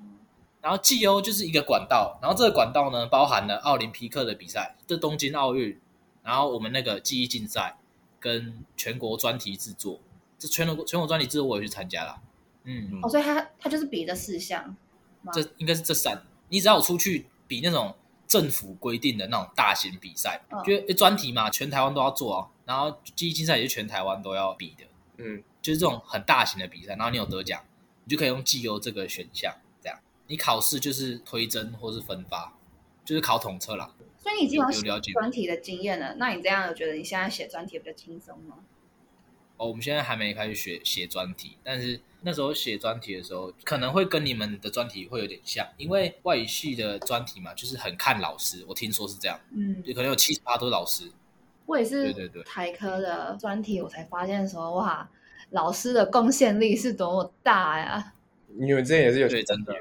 Speaker 3: 然后绩优就是一个管道，然后这个管道呢包含了奥林匹克的比赛，这东京奥运，然后我们那个记忆竞赛跟全国专题制作，这全国全国专题制作我也去参加了，嗯，
Speaker 2: 哦，所以他他就是比的事项，
Speaker 3: 这应该是这三。你只要有出去比那种政府规定的那种大型比赛，
Speaker 2: 嗯
Speaker 3: 就专题嘛，全台湾都要做啊。然后记忆竞赛也是全台湾都要比的，
Speaker 1: 嗯，
Speaker 3: 就是这种很大型的比赛，然后你有得奖，你就可以用绩优这个选项这样。你考试就是推甄或是分发，就是考统测啦。
Speaker 2: 所以你已经
Speaker 3: 有
Speaker 2: 写
Speaker 3: 了解
Speaker 2: 专题的经验了，那你这样有觉得你现在写专题比较轻松吗？
Speaker 3: 哦，我们现在还没开始学写专题，但是那时候写专题的时候，可能会跟你们的专题会有点像，因为外语系的专题嘛，就是很看老师，我听说是这样，
Speaker 2: 嗯，
Speaker 3: 可能有七十八都是老师，
Speaker 2: 我也
Speaker 3: 对
Speaker 2: 是
Speaker 3: 对对
Speaker 2: 台科的专题，我才发现说哇，老师的贡献力是多么大呀！
Speaker 1: 你们之前也是有
Speaker 3: 对，真的，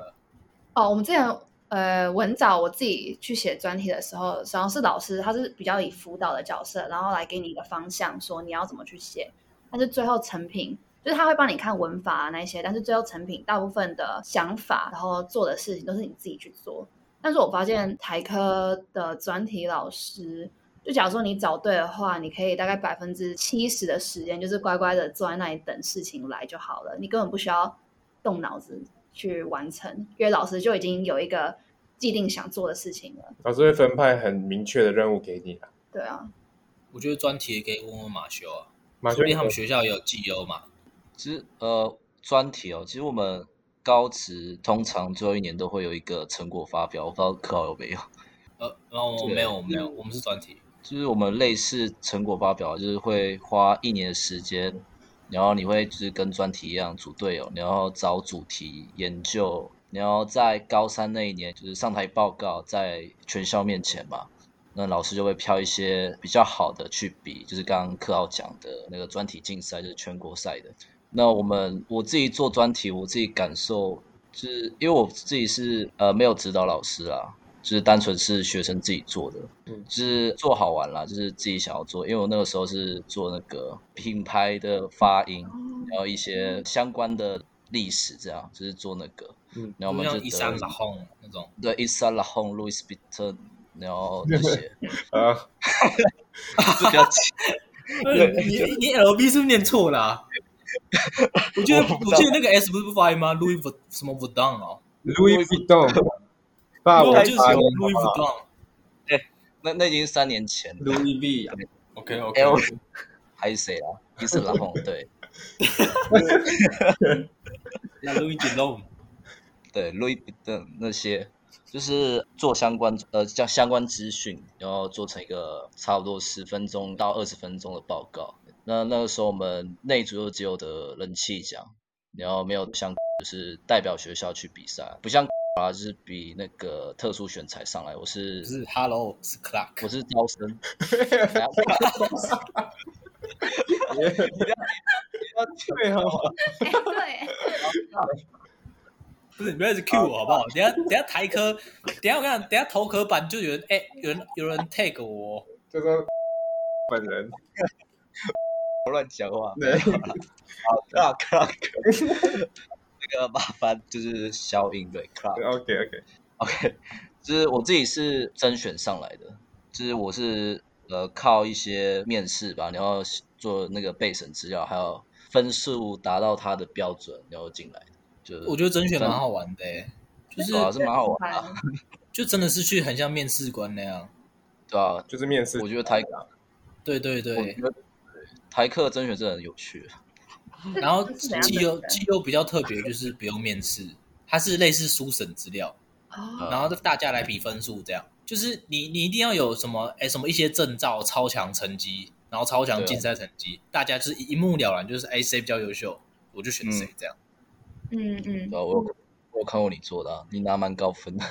Speaker 2: 哦，我们之前呃文藻我自己去写专题的时候，然后是老师他是比较以辅导的角色，然后来给你一个方向，说你要怎么去写，但是最后成品。就是他会帮你看文法啊那一些，但是最后成品大部分的想法，然后做的事情都是你自己去做。但是我发现台科的专题老师，就假如说你找对的话，你可以大概百分之七十的时间就是乖乖的坐在那里等事情来就好了，你根本不需要动脑子去完成，因为老师就已经有一个既定想做的事情了。
Speaker 1: 老师会分派很明确的任务给你啊。
Speaker 2: 对
Speaker 4: [LAUGHS]
Speaker 2: 啊，
Speaker 3: 我觉得专题也可以问问马修啊，
Speaker 1: 马
Speaker 3: 说
Speaker 1: 修
Speaker 3: 不定他们学校也有绩优嘛，
Speaker 4: 其实呃，专题哦，其实我们高职通常最后一年都会有一个成果发表，我不知道科考有没有，
Speaker 3: 呃，然后我
Speaker 4: 对
Speaker 3: 没有我没有，我们是专题，
Speaker 4: 就是我们类似成果发表，就是会花一年的时间，然后你会就是跟专题一样组队友，哦然后找主题研究，然后在高三那一年就是上台报告在全校面前嘛，那老师就会挑一些比较好的去比，就是刚刚柯浩讲的那个专题竞赛，就是全国赛的。那我们我自己做专题，我自己感受就是因为我自己是呃没有指导老师啦，就是单纯是学生自己做的，
Speaker 1: 嗯
Speaker 4: 就是做好玩啦，就是自己想要做。因为我那个时候是做那个品牌的发音，然后一些相关的历史，这样就是做那个。
Speaker 1: 嗯，
Speaker 4: 然后我
Speaker 3: 就
Speaker 4: 们就
Speaker 3: 像一三
Speaker 4: 得
Speaker 3: 拉轰那种，
Speaker 4: 对伊莎拉红、路易斯比特，然后这些
Speaker 1: 呃，
Speaker 4: 就比较奇
Speaker 3: 你你 L B 是不是念错了
Speaker 4: [LAUGHS]
Speaker 3: 啊？我记得
Speaker 4: 我不知
Speaker 3: 我
Speaker 4: 道
Speaker 3: 记得那个 S 不是不发音吗？Louis Vu- 什么 Vuitton 哦，
Speaker 1: Louis Vuitton，法
Speaker 4: 啊
Speaker 3: 我
Speaker 1: 文
Speaker 3: 就是
Speaker 1: 发音
Speaker 3: Louis Vuitton。
Speaker 4: 那那已经是三年前了，
Speaker 1: Louis V 啊
Speaker 3: OK
Speaker 4: L
Speaker 3: OK，
Speaker 4: 还是谁啊？伊莎拉红，对
Speaker 3: 那 Louis Vuitton
Speaker 4: 对，路易比特那些，就是做相关呃叫相关资讯，然后做成一个差不多十分钟到二十分钟的报告。那那个时候我们内组就只有得人气奖，然后没有像就是代表学校去比赛，不像啊就是比那个特殊选材上来，我是
Speaker 3: 不是 Hello 是 Clark，
Speaker 4: 我是招生。哎
Speaker 1: 对哦，
Speaker 2: 哎、对，
Speaker 3: 不是你不要一直 Q 我好不好？等一下等一下台科，等一下我跟你讲，等一下头壳版就有人哎、有人有人 tag 我哦，
Speaker 1: 就说本
Speaker 3: 啊
Speaker 1: [LAUGHS] 人
Speaker 4: 乱讲话。
Speaker 1: 对，
Speaker 4: Clark Clark，那个麻烦就是消音对 Clark。
Speaker 1: OK OK，
Speaker 4: OK，就是我自己是甄选上来的，就是我是呃靠一些面试吧，然后做那个备审资料，还有分数达到他的标准，然后进来的。就是
Speaker 3: 我觉得甄选蛮好玩的、欸，就是
Speaker 4: 对啊，是蛮好玩
Speaker 2: 反 [LAUGHS]
Speaker 4: 的、啊，
Speaker 3: 就真的是去很像面试官那样。
Speaker 4: 对啊，
Speaker 1: 就是面试
Speaker 4: 我，觉得台
Speaker 3: 对对
Speaker 4: 我
Speaker 3: 对
Speaker 4: 觉，得台客甄选真的很有趣。
Speaker 2: 正 [LAUGHS]
Speaker 3: 然后
Speaker 2: 这是怎样
Speaker 3: 绩优
Speaker 2: 的
Speaker 3: 绩优比较特别，就是不用面试，它是类似书审资料，
Speaker 2: 哦，
Speaker 4: 呃
Speaker 3: 然后大家来比分数，这样就是你你一定要有什么哎什么一些证照、超强成绩，然后超
Speaker 4: 啊
Speaker 3: 强竞赛成绩，大家就是一目了然，就是哎谁比较优秀，我就选谁这样。
Speaker 2: 嗯嗯
Speaker 4: 对，啊，我有我有看过你做的、啊，你拿蛮高分的。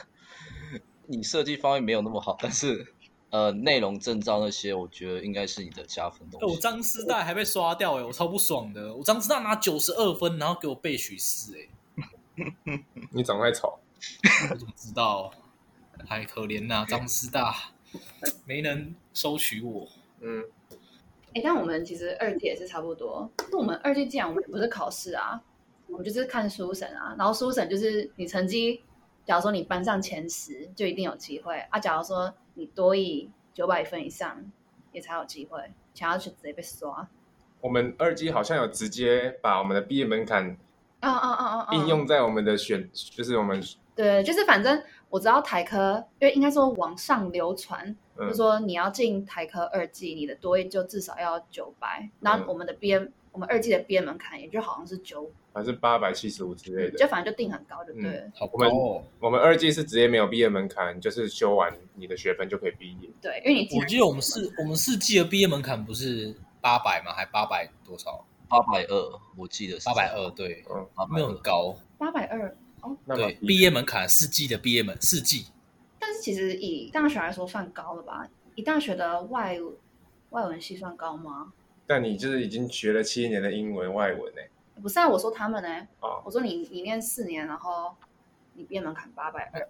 Speaker 4: [LAUGHS] 你设计方面没有那么好，但是呃，内容证照那些，我觉得应该是你的加分
Speaker 3: 哎，
Speaker 4: 东
Speaker 3: 我
Speaker 4: 西。
Speaker 3: 张师大还被刷掉哎，我超不爽的。我张师大拿九十二分，然后给我背许四哎，
Speaker 1: 你长得太丑，
Speaker 3: 我怎么知道？哎，可怜呐、张师大没能收取我。
Speaker 1: 嗯，
Speaker 2: 哎、但我们其实二季也是差不多。那我们二季既然我们也不是考试啊，我们就是看书审啊。然后书审就是你成绩，假如说你班上前十，就一定有机会啊。假如说你多以九百分以上，也才有机会，想要去直接被刷。
Speaker 1: 我们二级好像有直接把我们的毕业门槛
Speaker 2: 啊啊啊啊！啊
Speaker 1: 应用在我们的选，就是我们
Speaker 2: 对，就是反正我知道台科，因为应该说往上流传，
Speaker 1: 嗯
Speaker 2: 就说你要进台科二技，你的多益就至少要九百，然后我们的编、我们二技的编门槛也就好像是九，
Speaker 1: 还是八百七十五之类的。嗯
Speaker 2: 就反正就定很高就对了。
Speaker 3: 好高
Speaker 1: 我们
Speaker 3: 哦！
Speaker 1: 我们二技是直接没有毕业门槛，就是修完你的学分就可以毕业。
Speaker 2: 对，因为你进
Speaker 3: 我
Speaker 2: 来
Speaker 3: 记得我们四我们四季的毕业门槛不是八百吗？还八百多少？
Speaker 4: 八百二，我记得是
Speaker 3: 八百二，对，
Speaker 1: 嗯，
Speaker 4: 八
Speaker 3: 没
Speaker 4: 百
Speaker 3: 有很高。
Speaker 2: 八百二，
Speaker 1: 那么
Speaker 3: 对，毕业门槛四季的毕业门四季，
Speaker 2: 但是其实以大学来说算高了吧？以大学的外外文系算高吗？
Speaker 1: 但你就是已经学了七年的英文外文欸呢、
Speaker 2: 不是啊，我说他们呢、
Speaker 1: 哦，
Speaker 2: 我说你你念四年，然后你编门槛八百二，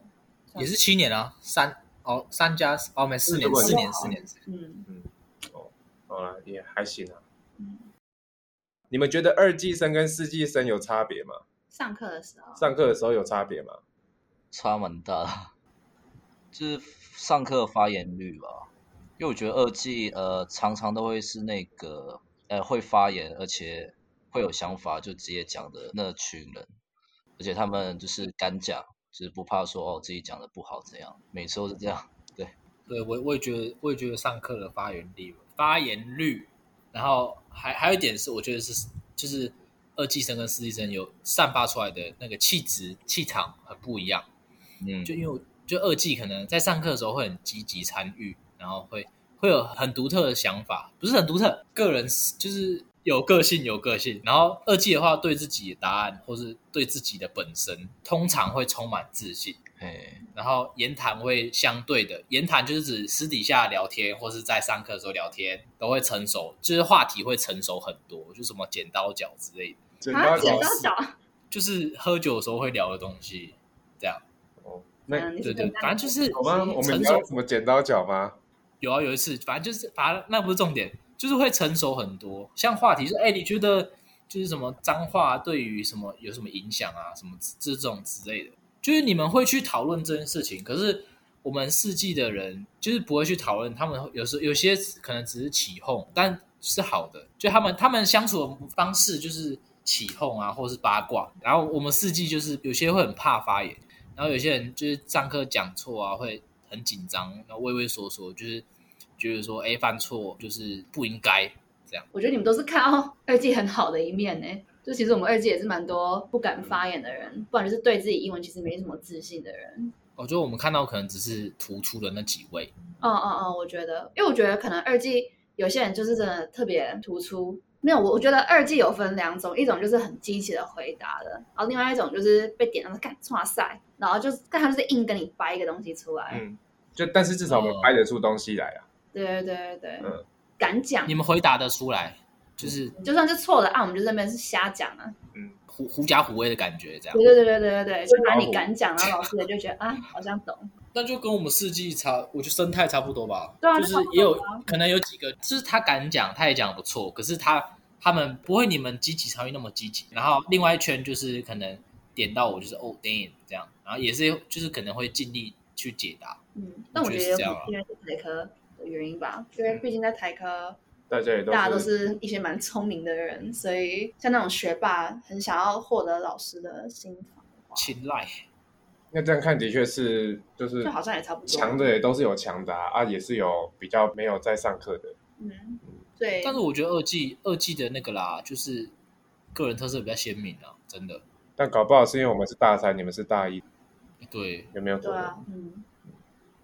Speaker 3: 也是七年啊，三哦三加哦没四
Speaker 1: 如
Speaker 3: 年
Speaker 1: 果你
Speaker 3: 四年四年，
Speaker 2: 嗯
Speaker 1: 好了，也还行啊。
Speaker 2: 嗯，
Speaker 1: 你们觉得二技生跟四技生有差别吗？
Speaker 2: 上课的时候，
Speaker 1: 上课的时候有差别吗？
Speaker 4: 差蛮大的， [LAUGHS] 就是上课发言率吧。因为我觉得二季呃常常都会是那个呃会发言，而且会有想法就直接讲的那群人，而且他们就是敢讲，就是不怕说哦自己讲的不好怎样，每次都是这样。
Speaker 3: 对我我也觉得我也觉得上课的发言率发言率，然后还还有一点是我觉得是就是二季生跟四季生有散发出来的那个气质气场很不一样。
Speaker 4: 嗯，
Speaker 3: 就因为我就二季可能在上课的时候会很积极参与，然后会会有很独特的想法，不是很独特，个人是就是有个性有个性。然后二季的话，对自己的答案或是对自己的本身，通常会充满自信。
Speaker 4: 哎，
Speaker 3: 然后言谈会相对的，言谈就是指私底下聊天或是在上课的时候聊天，都会成熟，就是话题会成熟很多，就什么剪刀脚之类的，
Speaker 1: 剪
Speaker 2: 啊，
Speaker 1: 刀
Speaker 2: 剪
Speaker 1: 脚
Speaker 2: 刀脚，
Speaker 3: 就是喝酒的时候会聊的东西，这样。
Speaker 1: 哦，那
Speaker 2: 嗯
Speaker 3: 对对，反正就是
Speaker 1: 好吗？我们
Speaker 3: 成熟
Speaker 1: 聊什么剪刀脚吗？
Speaker 3: 有啊，有一次，反正就是，反正那不是重点，就是会成熟很多。像话题是，哎、你觉得就是什么脏话对于什么有什么影响啊，什么这种之类的，就是你们会去讨论这件事情。可是我们四季的人就是不会去讨论，他们有时有些可能只是起哄，但是好的，就他们他们相处的方式就是起哄啊，或是八卦。然后我们四季就是有些会很怕发言，然后有些人就是上课讲错啊，会很紧张，然后畏畏缩缩，就是觉得说，哎，犯错就是不应该。
Speaker 2: 我觉得你们都是看到二季很好的一面呢、就其实我们二季也是蛮多不敢发言的人，不然就是对自己英文其实没什么自信的人。
Speaker 3: 我觉得我们看到可能只是突出的那几位，
Speaker 2: 嗯嗯嗯，我觉得，因为我觉得可能二季有些人就是真的特别突出。没有，我我觉得二季有分两种，一种就是很积极的回答的，然后另外一种就是被点到干哇塞，然后就是但他就是硬跟你掰一个东西出来。
Speaker 1: 嗯，就但是至少我们掰得出东西来啊。
Speaker 2: 对对对对，
Speaker 1: 嗯
Speaker 2: 敢讲
Speaker 3: 你，们回答得出来，就是
Speaker 2: 就算是错的啊，我们就这边是瞎讲啊。
Speaker 3: 狐狐假虎威的感觉，这样。
Speaker 2: 对对对对对对对，就反正你
Speaker 1: 老虎
Speaker 2: 敢讲，然后老师也就觉得啊，好像懂。
Speaker 3: 那就跟我们四季差，我觉得生态差不多吧。
Speaker 2: 对啊
Speaker 3: 就是
Speaker 2: 差不多
Speaker 3: 也有
Speaker 2: 啊
Speaker 3: 可能有几个，就是他敢讲，他也讲得不错，可是他他们不会你们积极参与那么积极。然后另外一圈就是可能点到我就是哦 damn 这样，然后也是就是可能会尽力去解答。
Speaker 2: 嗯，但我觉得
Speaker 3: 是
Speaker 2: 有
Speaker 3: 这
Speaker 2: 可
Speaker 3: 样
Speaker 2: 能
Speaker 3: 啊
Speaker 2: 因为是台科的原因吧，因为毕竟在台科，
Speaker 1: 大家也都
Speaker 2: 大家啊都
Speaker 1: 是
Speaker 2: 是一些蛮聪明的人，所以像那种学霸，很想要获得老师的心房的话，
Speaker 3: 青睐，
Speaker 1: 那这样看的确是就是
Speaker 2: 就好像也差不多。
Speaker 1: 强的也都是有强的啊，啊也是有比较没有在上课的。
Speaker 2: 嗯，对。
Speaker 3: 但是我觉得二季二季的那个啦，就是个人特色比较鲜明啊，真的。
Speaker 1: 但搞不好是因为我们是大三，你们是大一，
Speaker 3: 对，
Speaker 1: 有没有可
Speaker 2: 对
Speaker 1: 能？
Speaker 2: 啊，嗯，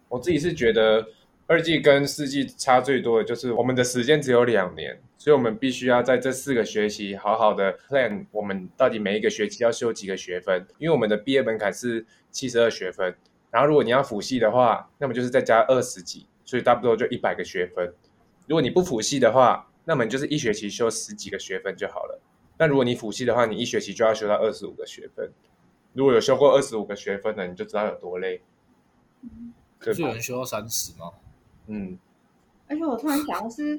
Speaker 1: 我自己是觉得二季跟四季差最多的就是我们的时间只有两年，所以我们必须要在这四个学期好好的 plan 我们到底每一个学期要修几个学分，因为我们的毕业门槛是七十二学分，然后如果你要辅系的话，那么就是再加二十几，所以差不多就一百个学分。如果你不辅系的话，那么你就是一学期修十几个学分就好了。那如果你辅系的话，你一学期就要修到二十五个学分。如果有修过二十五个学分的，你就知道有多累。对
Speaker 3: 不是有
Speaker 1: 吧？
Speaker 3: 人修到三十吗？
Speaker 1: 嗯，
Speaker 2: 而且我突然想到是，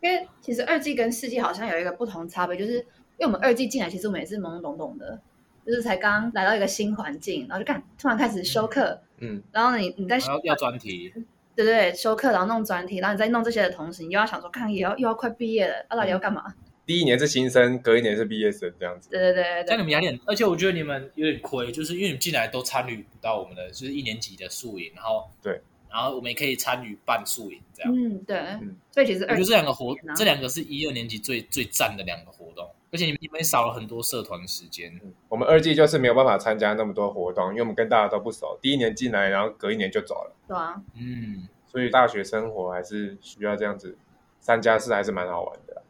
Speaker 2: 因为其实二季跟四季好像有一个不同差别，就是因为我们二季进来，其实我们也是懵懵懂懂的，就是才刚来到一个新环境，然后就干突然开始修课，
Speaker 1: 嗯，
Speaker 2: 然后你你在
Speaker 3: 然后要专题，
Speaker 2: 对
Speaker 3: 嗯
Speaker 2: 对，修课然后弄专题，然后你在弄这些的同时，你又要想说，看也要又要快毕业了，啊，到底要干嘛？
Speaker 1: 第第一年是新生，隔一年是毕业生这样子。
Speaker 2: 对对对对
Speaker 3: 但你
Speaker 2: 对，
Speaker 3: 们压力很，而且我觉得你们有点亏，就是因为你们进来都参与不到我们的，就是一年级的宿营，然后
Speaker 1: 对，
Speaker 3: 然后我们也可以参与办宿营这样。
Speaker 2: 嗯对，所以其实
Speaker 3: 我觉
Speaker 2: 二
Speaker 3: 得这两个活
Speaker 2: 年啊，
Speaker 3: 这两个是一二年级最最赞的两个活动，而且你们你们也少了很多社团时间。
Speaker 1: 嗯我们二季就是没有办法参加那么多活动，因为我们跟大家都不熟。第一年进来，然后隔一年就走了，
Speaker 2: 对啊，
Speaker 3: 嗯，
Speaker 1: 所以大学生活还是需要这样子三加四，还是蛮好玩的啦。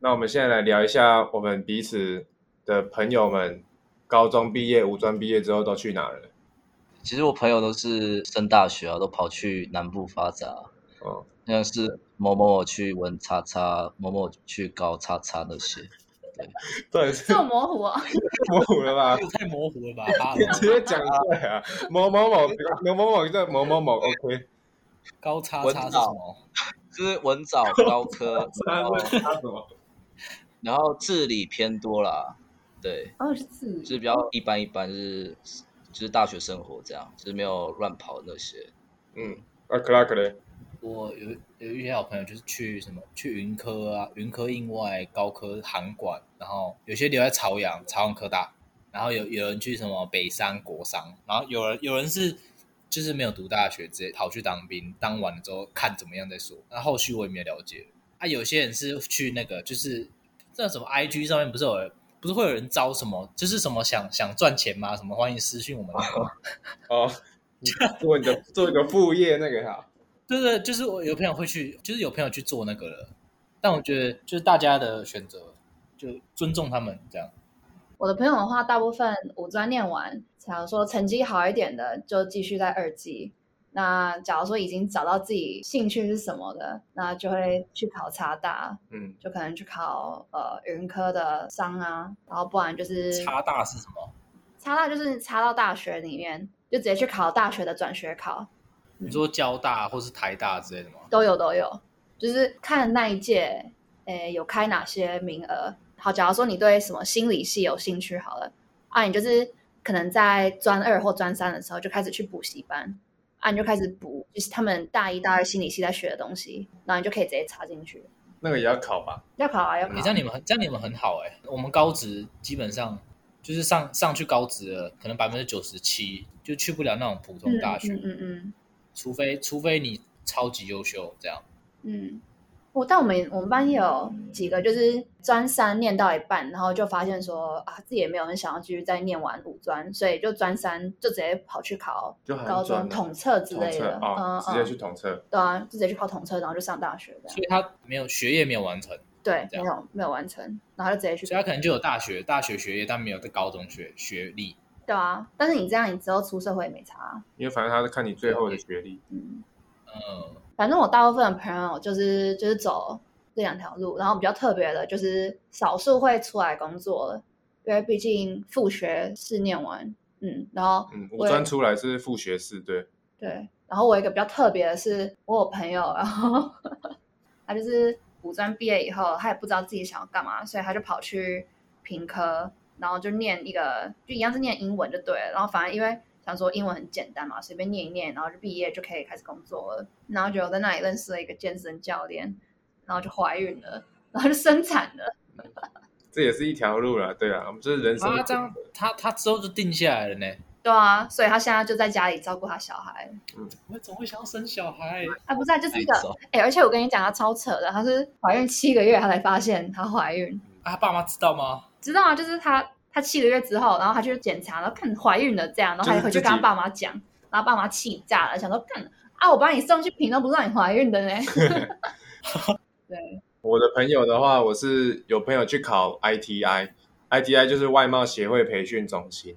Speaker 1: 那我们现在来聊一下我们彼此的朋友们，高中毕业、五专毕业之后都去哪了？ [LAUGHS]
Speaker 4: 其实我朋友都是升大学啊，都跑去南部发展啊，
Speaker 1: 哦，
Speaker 4: 像是某某去文叉叉，某某去高叉叉那些。
Speaker 1: 对，是
Speaker 2: 这么模糊
Speaker 3: [LAUGHS]
Speaker 2: 哦，
Speaker 1: 模糊了吧 [LAUGHS]
Speaker 3: 这？个太模 [LAUGHS] 糊了吧？
Speaker 1: 直接讲出来啊！某某某，某某某在某某某，OK，
Speaker 3: 高叉
Speaker 4: 我知
Speaker 3: 叉是什
Speaker 4: 道
Speaker 3: 么？
Speaker 4: 就是文藻、高科，然后
Speaker 1: [LAUGHS] 他怎么？
Speaker 4: 然后治理偏多啦，对，
Speaker 2: 哦是自
Speaker 4: 就是比较一般一般，就是就是大学生活这样，就是没有乱跑那些。
Speaker 1: 嗯，啊，Clark 嘞，
Speaker 3: 我有有一些好朋友就是去什么去云科啊，云科印外、高科航管，然后有些留在朝阳、朝阳科大，然后有有人去什么北商、国商，然后有人有人是就是没有读大学，直接跑去当兵，当完了之后看怎么样再说。那后续我也没有了解啊。有些人是去那个就是那什么 IG 上面不是有人不是会有人招什么，就是什么想想赚钱吗？什么欢迎私讯我们。
Speaker 1: 哦， [LAUGHS] 你做你的做你的副业那个哈，
Speaker 3: 对对，就是我有朋友会去，就是有朋友去做那个了，但我觉得就是大家的选择，就尊重他们这样。
Speaker 2: 我的朋友的话，大部分五专念完，假如说成绩好一点的，就继续在二技。那假如说已经找到自己兴趣是什么的，那就会去考差大，
Speaker 1: 嗯，
Speaker 2: 就可能去考呃云科的商啊，然后不然就是
Speaker 3: 差大是什么？
Speaker 2: 差大就是差到大学里面，就直接去考大学的转学考，
Speaker 3: 你说交大或是台大之类的吗？
Speaker 2: 都有都有，就是看那一届，诶有开哪些名额。好，假如说你对什么心理系有兴趣，好了，啊，你就是可能在专二或专三的时候就开始去补习班，啊，你就开始补，就是他们大一大二心理系在学的东西，然后你就可以直接插进去。
Speaker 1: 那个也要考吧？
Speaker 2: 要考啊，要考
Speaker 3: 你、这，样你们很这样你们很好哎、我们高职基本上就是上上去高职了，可能百分之九十七就去不了那种普通大学，
Speaker 2: 嗯嗯嗯
Speaker 3: 除非除非你超级优秀这样。
Speaker 2: 嗯嗯。我、但我们我们班也有几个，就是专三念到一半，然后就发现说啊，自己也没有很想要继续再念完五专，所以就专三就直接跑去考
Speaker 1: 就很
Speaker 2: 高中统测之
Speaker 1: 啊统
Speaker 2: 类
Speaker 1: 测
Speaker 2: 的，
Speaker 1: 啊，直接去
Speaker 2: 嗯，
Speaker 1: 统测。
Speaker 2: 对啊，就直接去考统测，然后就上大学这样
Speaker 3: 所以他没有学业没有完成，
Speaker 2: 对，
Speaker 3: 这
Speaker 2: 没
Speaker 3: 样
Speaker 2: 有没有完成，然后就直接去
Speaker 3: 所以他可能就有大学大学学业，但没有在高中学学历。
Speaker 2: 对啊，但是你这样，你之后出社会也没差啊，
Speaker 1: 因为反正他是看你最后的学历。
Speaker 2: 嗯，
Speaker 3: 嗯，
Speaker 2: 反正我大部分的朋友就是就是走这两条路，然后比较特别的就是少数会出来工作了，因为毕竟复学是念完，嗯，然后
Speaker 1: 嗯，五
Speaker 2: 我也
Speaker 1: 专出来是副学士，对，
Speaker 2: 对，然后我有一个比较特别的是，我有朋友，然后 [LAUGHS] 他就是五专毕业以后，他也不知道自己想要干嘛，所以他就跑去平科，然后就念一个，就一样是念英文就对了。然后反正因为想说英文很简单嘛，随便念一念，然后就毕业就可以开始工作了。然后就在那里认识了一个健身教练，然后就怀孕了，然后就生产了。
Speaker 1: 这也是一条路了，对啊，我们这是人生。
Speaker 3: 他这样，他他之后就定下来了呢。
Speaker 2: 对啊，所以他现在就在家里照顾他小孩。
Speaker 3: 我怎么会想要生小孩？
Speaker 2: 啊，不是啊，就是一个
Speaker 4: 挨揍
Speaker 2: 哎、而且我跟你讲，她超扯的，她是怀孕七个月，她才发现她怀孕。
Speaker 3: 啊，他爸妈知道吗？
Speaker 2: 知道啊，就是她她七个月之后，然后她去检查，然后看怀孕了这样，然后她
Speaker 1: 就是
Speaker 2: 就回去
Speaker 1: 自己
Speaker 2: 跟她爸妈讲，然后爸妈气炸了，想说干啊，我把你送去平都不让你怀孕的呢。
Speaker 1: [LAUGHS]
Speaker 2: 对，
Speaker 1: 我的朋友的话，我是有朋友去考 ITI，ITI 就是外贸协会培训中心。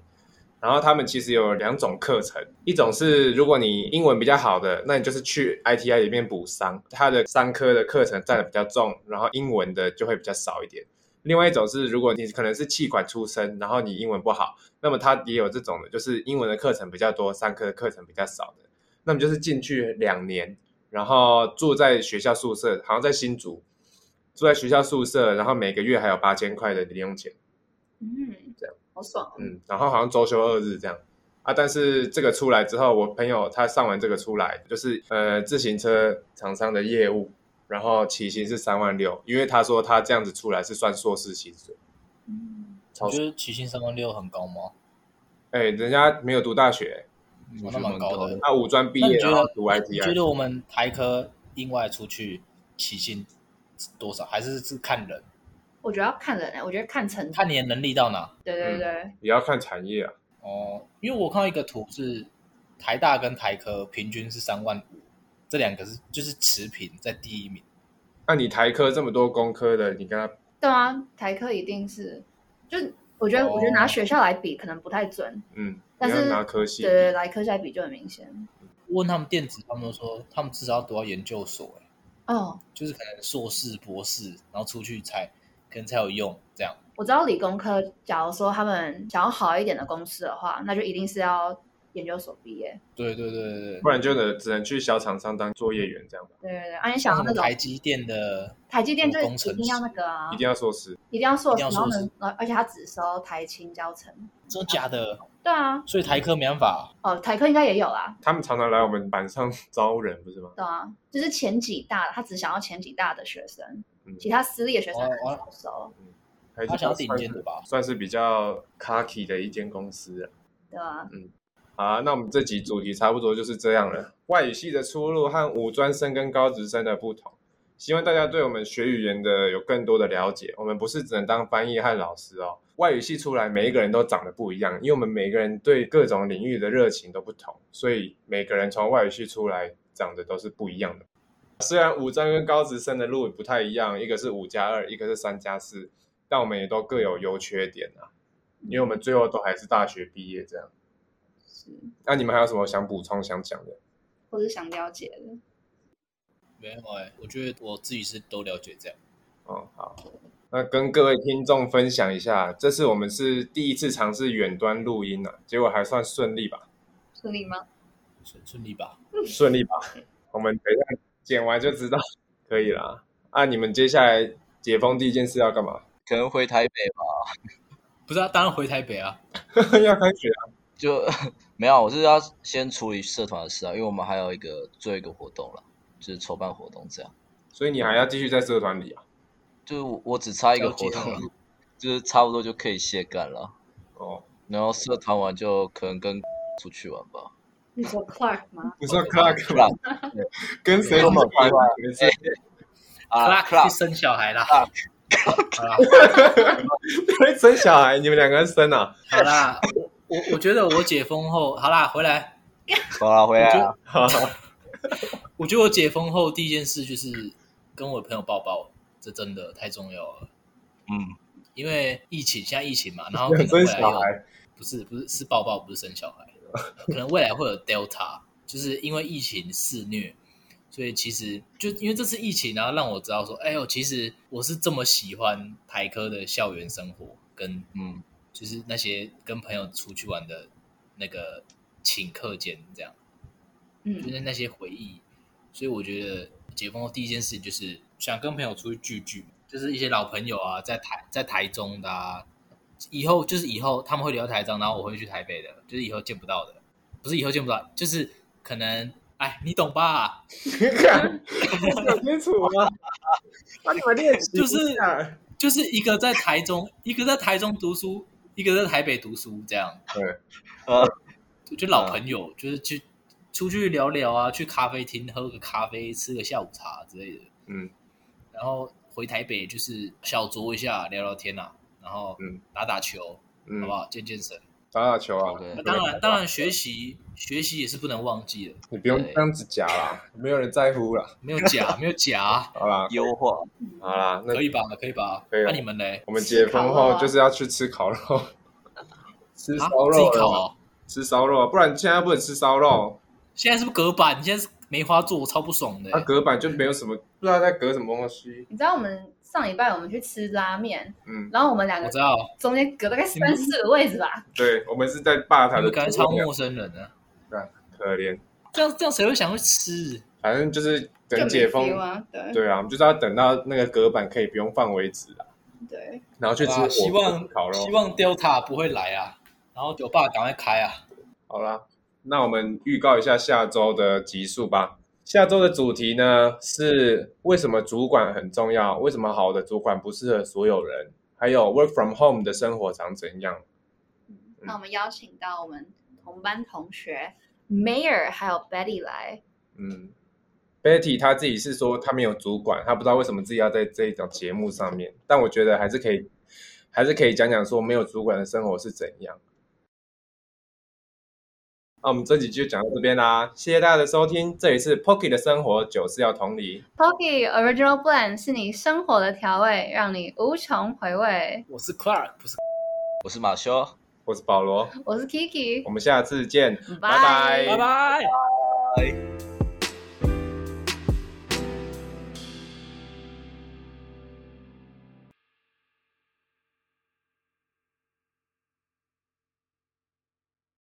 Speaker 1: 然后他们其实有两种课程，一种是如果你英文比较好的，那你就是去 ITI 里面补商，它的商科的课程占的比较重，然后英文的就会比较少一点。另外一种是，如果你可能是气管出身，然后你英文不好，那么它也有这种的，就是英文的课程比较多，商科的课程比较少的。那么就是进去两年，然后住在学校宿舍，好像在新竹，住在学校宿舍，然后每个月还有八千块的零用钱，
Speaker 2: 嗯，
Speaker 1: 这
Speaker 2: 好爽哦。
Speaker 1: 嗯，然后好像周休二日这样啊。但是这个出来之后，我朋友他上完这个出来，就是呃自行车厂商的业务，然后起薪是三万六，因为他说他这样子出来是算硕士薪水。
Speaker 2: 嗯，
Speaker 1: 超
Speaker 3: 我觉得起薪三万六很高吗？
Speaker 1: 哎，人家没有读大学，
Speaker 4: 我
Speaker 3: 哦那
Speaker 4: 觉得
Speaker 3: 蛮
Speaker 4: 蛮
Speaker 3: 高
Speaker 4: 高
Speaker 3: 的
Speaker 4: 的。
Speaker 1: 他五专毕
Speaker 3: 那你
Speaker 1: 业
Speaker 3: 觉
Speaker 1: 然后
Speaker 3: 得
Speaker 1: 读
Speaker 3: 你觉
Speaker 1: YTI，
Speaker 3: 得我们台科另外出去起薪多少？还是是看人，
Speaker 2: 我觉得要看人、欸，我觉得看成
Speaker 3: 看你的能力到
Speaker 1: 嗯
Speaker 3: 哪？
Speaker 2: 对对对，
Speaker 1: 也要看产业啊。
Speaker 3: 哦，因为我看到一个图是台大跟台科平均是三万五，这两个是就是持平在第一名。
Speaker 1: 那你台科这么多工科的，你跟他
Speaker 2: 对啊，台科一定是，就我觉得、
Speaker 3: 哦
Speaker 2: 我觉得拿学校来比可能不太准，
Speaker 1: 嗯，
Speaker 2: 但
Speaker 1: 你要
Speaker 2: 是
Speaker 1: 拿科系
Speaker 2: 对，对，对来科系来比就很明显。
Speaker 3: 问他们电子，他们都说他们至少要读到研究所、欸，
Speaker 2: 哦，
Speaker 3: 就是可能硕士、博士，然后出去才可能才有用这样。
Speaker 2: 我知道理工科，假如说他们想要好一点的公司的话，那就一定是要研究所毕业。
Speaker 3: 对对对对对
Speaker 1: 不。然就得只能去小厂商当作业员这样吧，
Speaker 2: 对对对，啊，你想
Speaker 3: 像什
Speaker 2: 要那
Speaker 3: 么
Speaker 2: 种
Speaker 3: 台积电的，
Speaker 2: 台积电就
Speaker 3: 什么工程
Speaker 2: 一定要那个啊，
Speaker 1: 一定要硕士。
Speaker 2: 一定要硕士，
Speaker 3: 一定要
Speaker 2: 然后
Speaker 3: 硕士
Speaker 2: 呢，呃而且他只收台青教程。
Speaker 3: 真的假的？
Speaker 2: 对啊，
Speaker 3: 所以台科没办法。
Speaker 2: 哦，台科应该也有啦，
Speaker 1: 他们常常来我们板上 [LAUGHS] 招人，不是吗？
Speaker 2: 对啊，就是前几大，他只想要前几大的学生，
Speaker 1: 嗯
Speaker 2: 其他私立的学生
Speaker 3: 哦
Speaker 2: 很
Speaker 3: 哦
Speaker 2: 少收，
Speaker 1: 还
Speaker 3: 他
Speaker 1: 是
Speaker 3: 想要顶
Speaker 1: 算
Speaker 3: 尖的
Speaker 1: 是
Speaker 3: 吧？
Speaker 1: 算是比较 cocky 的一间公司啊。
Speaker 2: 对啊，
Speaker 1: 好啊，那我们这集主题差不多就是这样了。外语系的出路和五专生跟高职生的不同，希望大家对我们学语言的有更多的了解。我们不是只能当翻译和老师哦，外语系出来每一个人都长得不一样，因为我们每个人对各种领域的热情都不同，所以每个人从外语系出来长得都是不一样的。虽然五专跟高职生的路不太一样，一个是五加二，一个是三加四，但我们也都各有优缺点啊，因为我们最后都还是大学毕业这样。
Speaker 2: 是，
Speaker 1: 那、你们还有什么想补充、想讲的？
Speaker 2: 或是想了解的。
Speaker 3: 没有哎、我觉得我自己是都了解这样。
Speaker 1: 哦，好，那跟各位听众分享一下，这次我们是第一次尝试远端录音啊，结果还算顺利吧？
Speaker 2: 顺利吗？
Speaker 3: 顺顺利吧，
Speaker 1: 顺利吧？我们等一下剪完就知道，可以啦。啊，你们接下来解封第一件事要干嘛？ [LAUGHS]
Speaker 4: 可能回台北吧，
Speaker 3: 不是啊，当然回台北啊。
Speaker 1: 要开学啊？
Speaker 4: 就 [LAUGHS] 没有，我是要先处理社团的事啊，因为我们还有一个最后一个活动了，就是筹办活动这样。
Speaker 1: 所以你还要继续在社团里啊？
Speaker 4: 就是我我只差一个
Speaker 3: 了解
Speaker 4: 活动
Speaker 3: 了
Speaker 4: 了， [LAUGHS] 就是差不多就可以卸干了。
Speaker 1: 哦，
Speaker 4: 然后社团完就可能跟出去玩吧。
Speaker 2: 你说 Clark 吗？
Speaker 1: 你说
Speaker 3: OK，
Speaker 1: Clark 吧跟谁
Speaker 4: 我们
Speaker 1: 去玩？
Speaker 4: 啊
Speaker 3: Clark 去
Speaker 4: Clark，
Speaker 3: 生小孩啦。
Speaker 1: 啊
Speaker 3: 好啦
Speaker 1: [LAUGHS] 生小孩，你们两个人生啊？ [LAUGHS]
Speaker 3: 好啦，我我我觉得我解封后，好啦，回来。
Speaker 4: 好了，回来啊。
Speaker 1: 好，
Speaker 3: 我觉得我解封后第一件事就是跟我朋友抱抱，这真的太重要了。
Speaker 4: 嗯，
Speaker 3: 因为疫情，现在疫情嘛，然后可能未
Speaker 1: 生
Speaker 3: 来
Speaker 1: 小
Speaker 3: 有
Speaker 1: 孩，
Speaker 3: 不是不是是抱抱，不是生小孩，可能未来会有 Delta，就是因为疫情肆虐，所以其实就因为这次疫情，然后让我知道说，哎呦，其实我是这么喜欢台科的校园生活，跟
Speaker 4: 嗯，
Speaker 3: 就是那些跟朋友出去玩的那个请客间这样。就
Speaker 2: 嗯，
Speaker 3: 是那些回忆。所以我觉得解封后第一件事情就是想跟朋友出去聚聚，就是一些老朋友啊，在台在台中的啊，以后就是以后他们会留台中，然后我会去台北的，就是以后见不到的，不是以后见不到，就是可能哎，你懂吧？
Speaker 1: 看，有接触吗？把你们练习一
Speaker 3: 就是
Speaker 1: 下
Speaker 3: 就是一个在台中，一个在台中读书，一个在台北读书，这样
Speaker 1: 对，呃
Speaker 4: 呃，
Speaker 3: 就就老朋友，就是去出去聊聊啊，去咖啡厅喝个咖啡，吃个下午茶之类的。
Speaker 1: 嗯。
Speaker 3: 然后回台北就是小酌一下，聊聊天啊，然后
Speaker 1: 嗯
Speaker 3: 打打球，
Speaker 1: 嗯
Speaker 3: 好不，好？健健身。
Speaker 1: 打打球啊
Speaker 4: 好，的
Speaker 1: 对
Speaker 3: 那当然，当然学习学习也是不能忘记的，
Speaker 1: 你不用这样子夹啦，没有人在乎啦。
Speaker 3: 没有
Speaker 1: [LAUGHS]
Speaker 3: 假，没有假，啊
Speaker 1: 好啦，
Speaker 4: 优化。
Speaker 1: 好啦，那
Speaker 3: 可以吧？可以吧？
Speaker 1: 可以啊
Speaker 3: 那你们嘞？
Speaker 1: 我们解封后就是要去吃烤肉，吃
Speaker 3: 啊，
Speaker 1: 烧
Speaker 3: 自
Speaker 1: 肉
Speaker 3: 己烤
Speaker 1: 了，
Speaker 3: 哦。
Speaker 1: 吃烧肉，不然现在不能吃烧肉，
Speaker 3: 现在是不是隔板？你现在是梅花座，我超不爽的
Speaker 1: 它。隔板就没有什么，不知道在隔什么东西。
Speaker 2: 你知道我们上礼拜我们去吃拉面，
Speaker 1: 嗯，
Speaker 2: 然后我们两
Speaker 3: 我
Speaker 2: 个
Speaker 3: 知道，
Speaker 2: 中间隔大概三四个位置吧，
Speaker 1: 对，我们是在吧台的
Speaker 3: 你们感觉
Speaker 1: 左
Speaker 3: 超
Speaker 1: 边，
Speaker 3: 陌生人啊。
Speaker 1: 可怜。
Speaker 3: 这样这样谁会想去吃？
Speaker 1: 反正就是
Speaker 2: 就
Speaker 1: 等解封，
Speaker 2: 啊，对
Speaker 1: 对啊，我们就是要等到那个隔板可以不用放为止啦，
Speaker 2: 对，
Speaker 1: 然后去吃
Speaker 3: 好
Speaker 1: 火
Speaker 3: 吧希望
Speaker 1: 锅烤肉
Speaker 3: 希。望 Delta 不会来啊，然后酒吧赶快开啊。
Speaker 1: 好啦，那我们预告一下下周的集数吧。下周的主题呢是为什么主管很重要？为什么好的主管不适合所有人？还有 work from home 的生活长怎样？
Speaker 2: 那我们邀请到我们同班同学 Mayor 还有 Betty 来，
Speaker 1: 嗯，Betty 她自己是说她没有主管，她不知道为什么自己要在这一档节目上面，但我觉得还是可以，还是可以讲讲说没有主管的生活是怎样。那我们这集就讲到这边啦，谢谢大家的收听，这里是 Pocky 的生活，酒是要同理，
Speaker 2: Pocky Original Blend 是你生活的调味，让你无穷回味。
Speaker 3: 我是 Clark，不是
Speaker 4: 我是马修，
Speaker 1: 我是保罗，
Speaker 2: 我是 Kiki，
Speaker 1: 我们下次见，
Speaker 2: 嗯拜
Speaker 1: 拜
Speaker 3: 拜拜。
Speaker 4: 拜。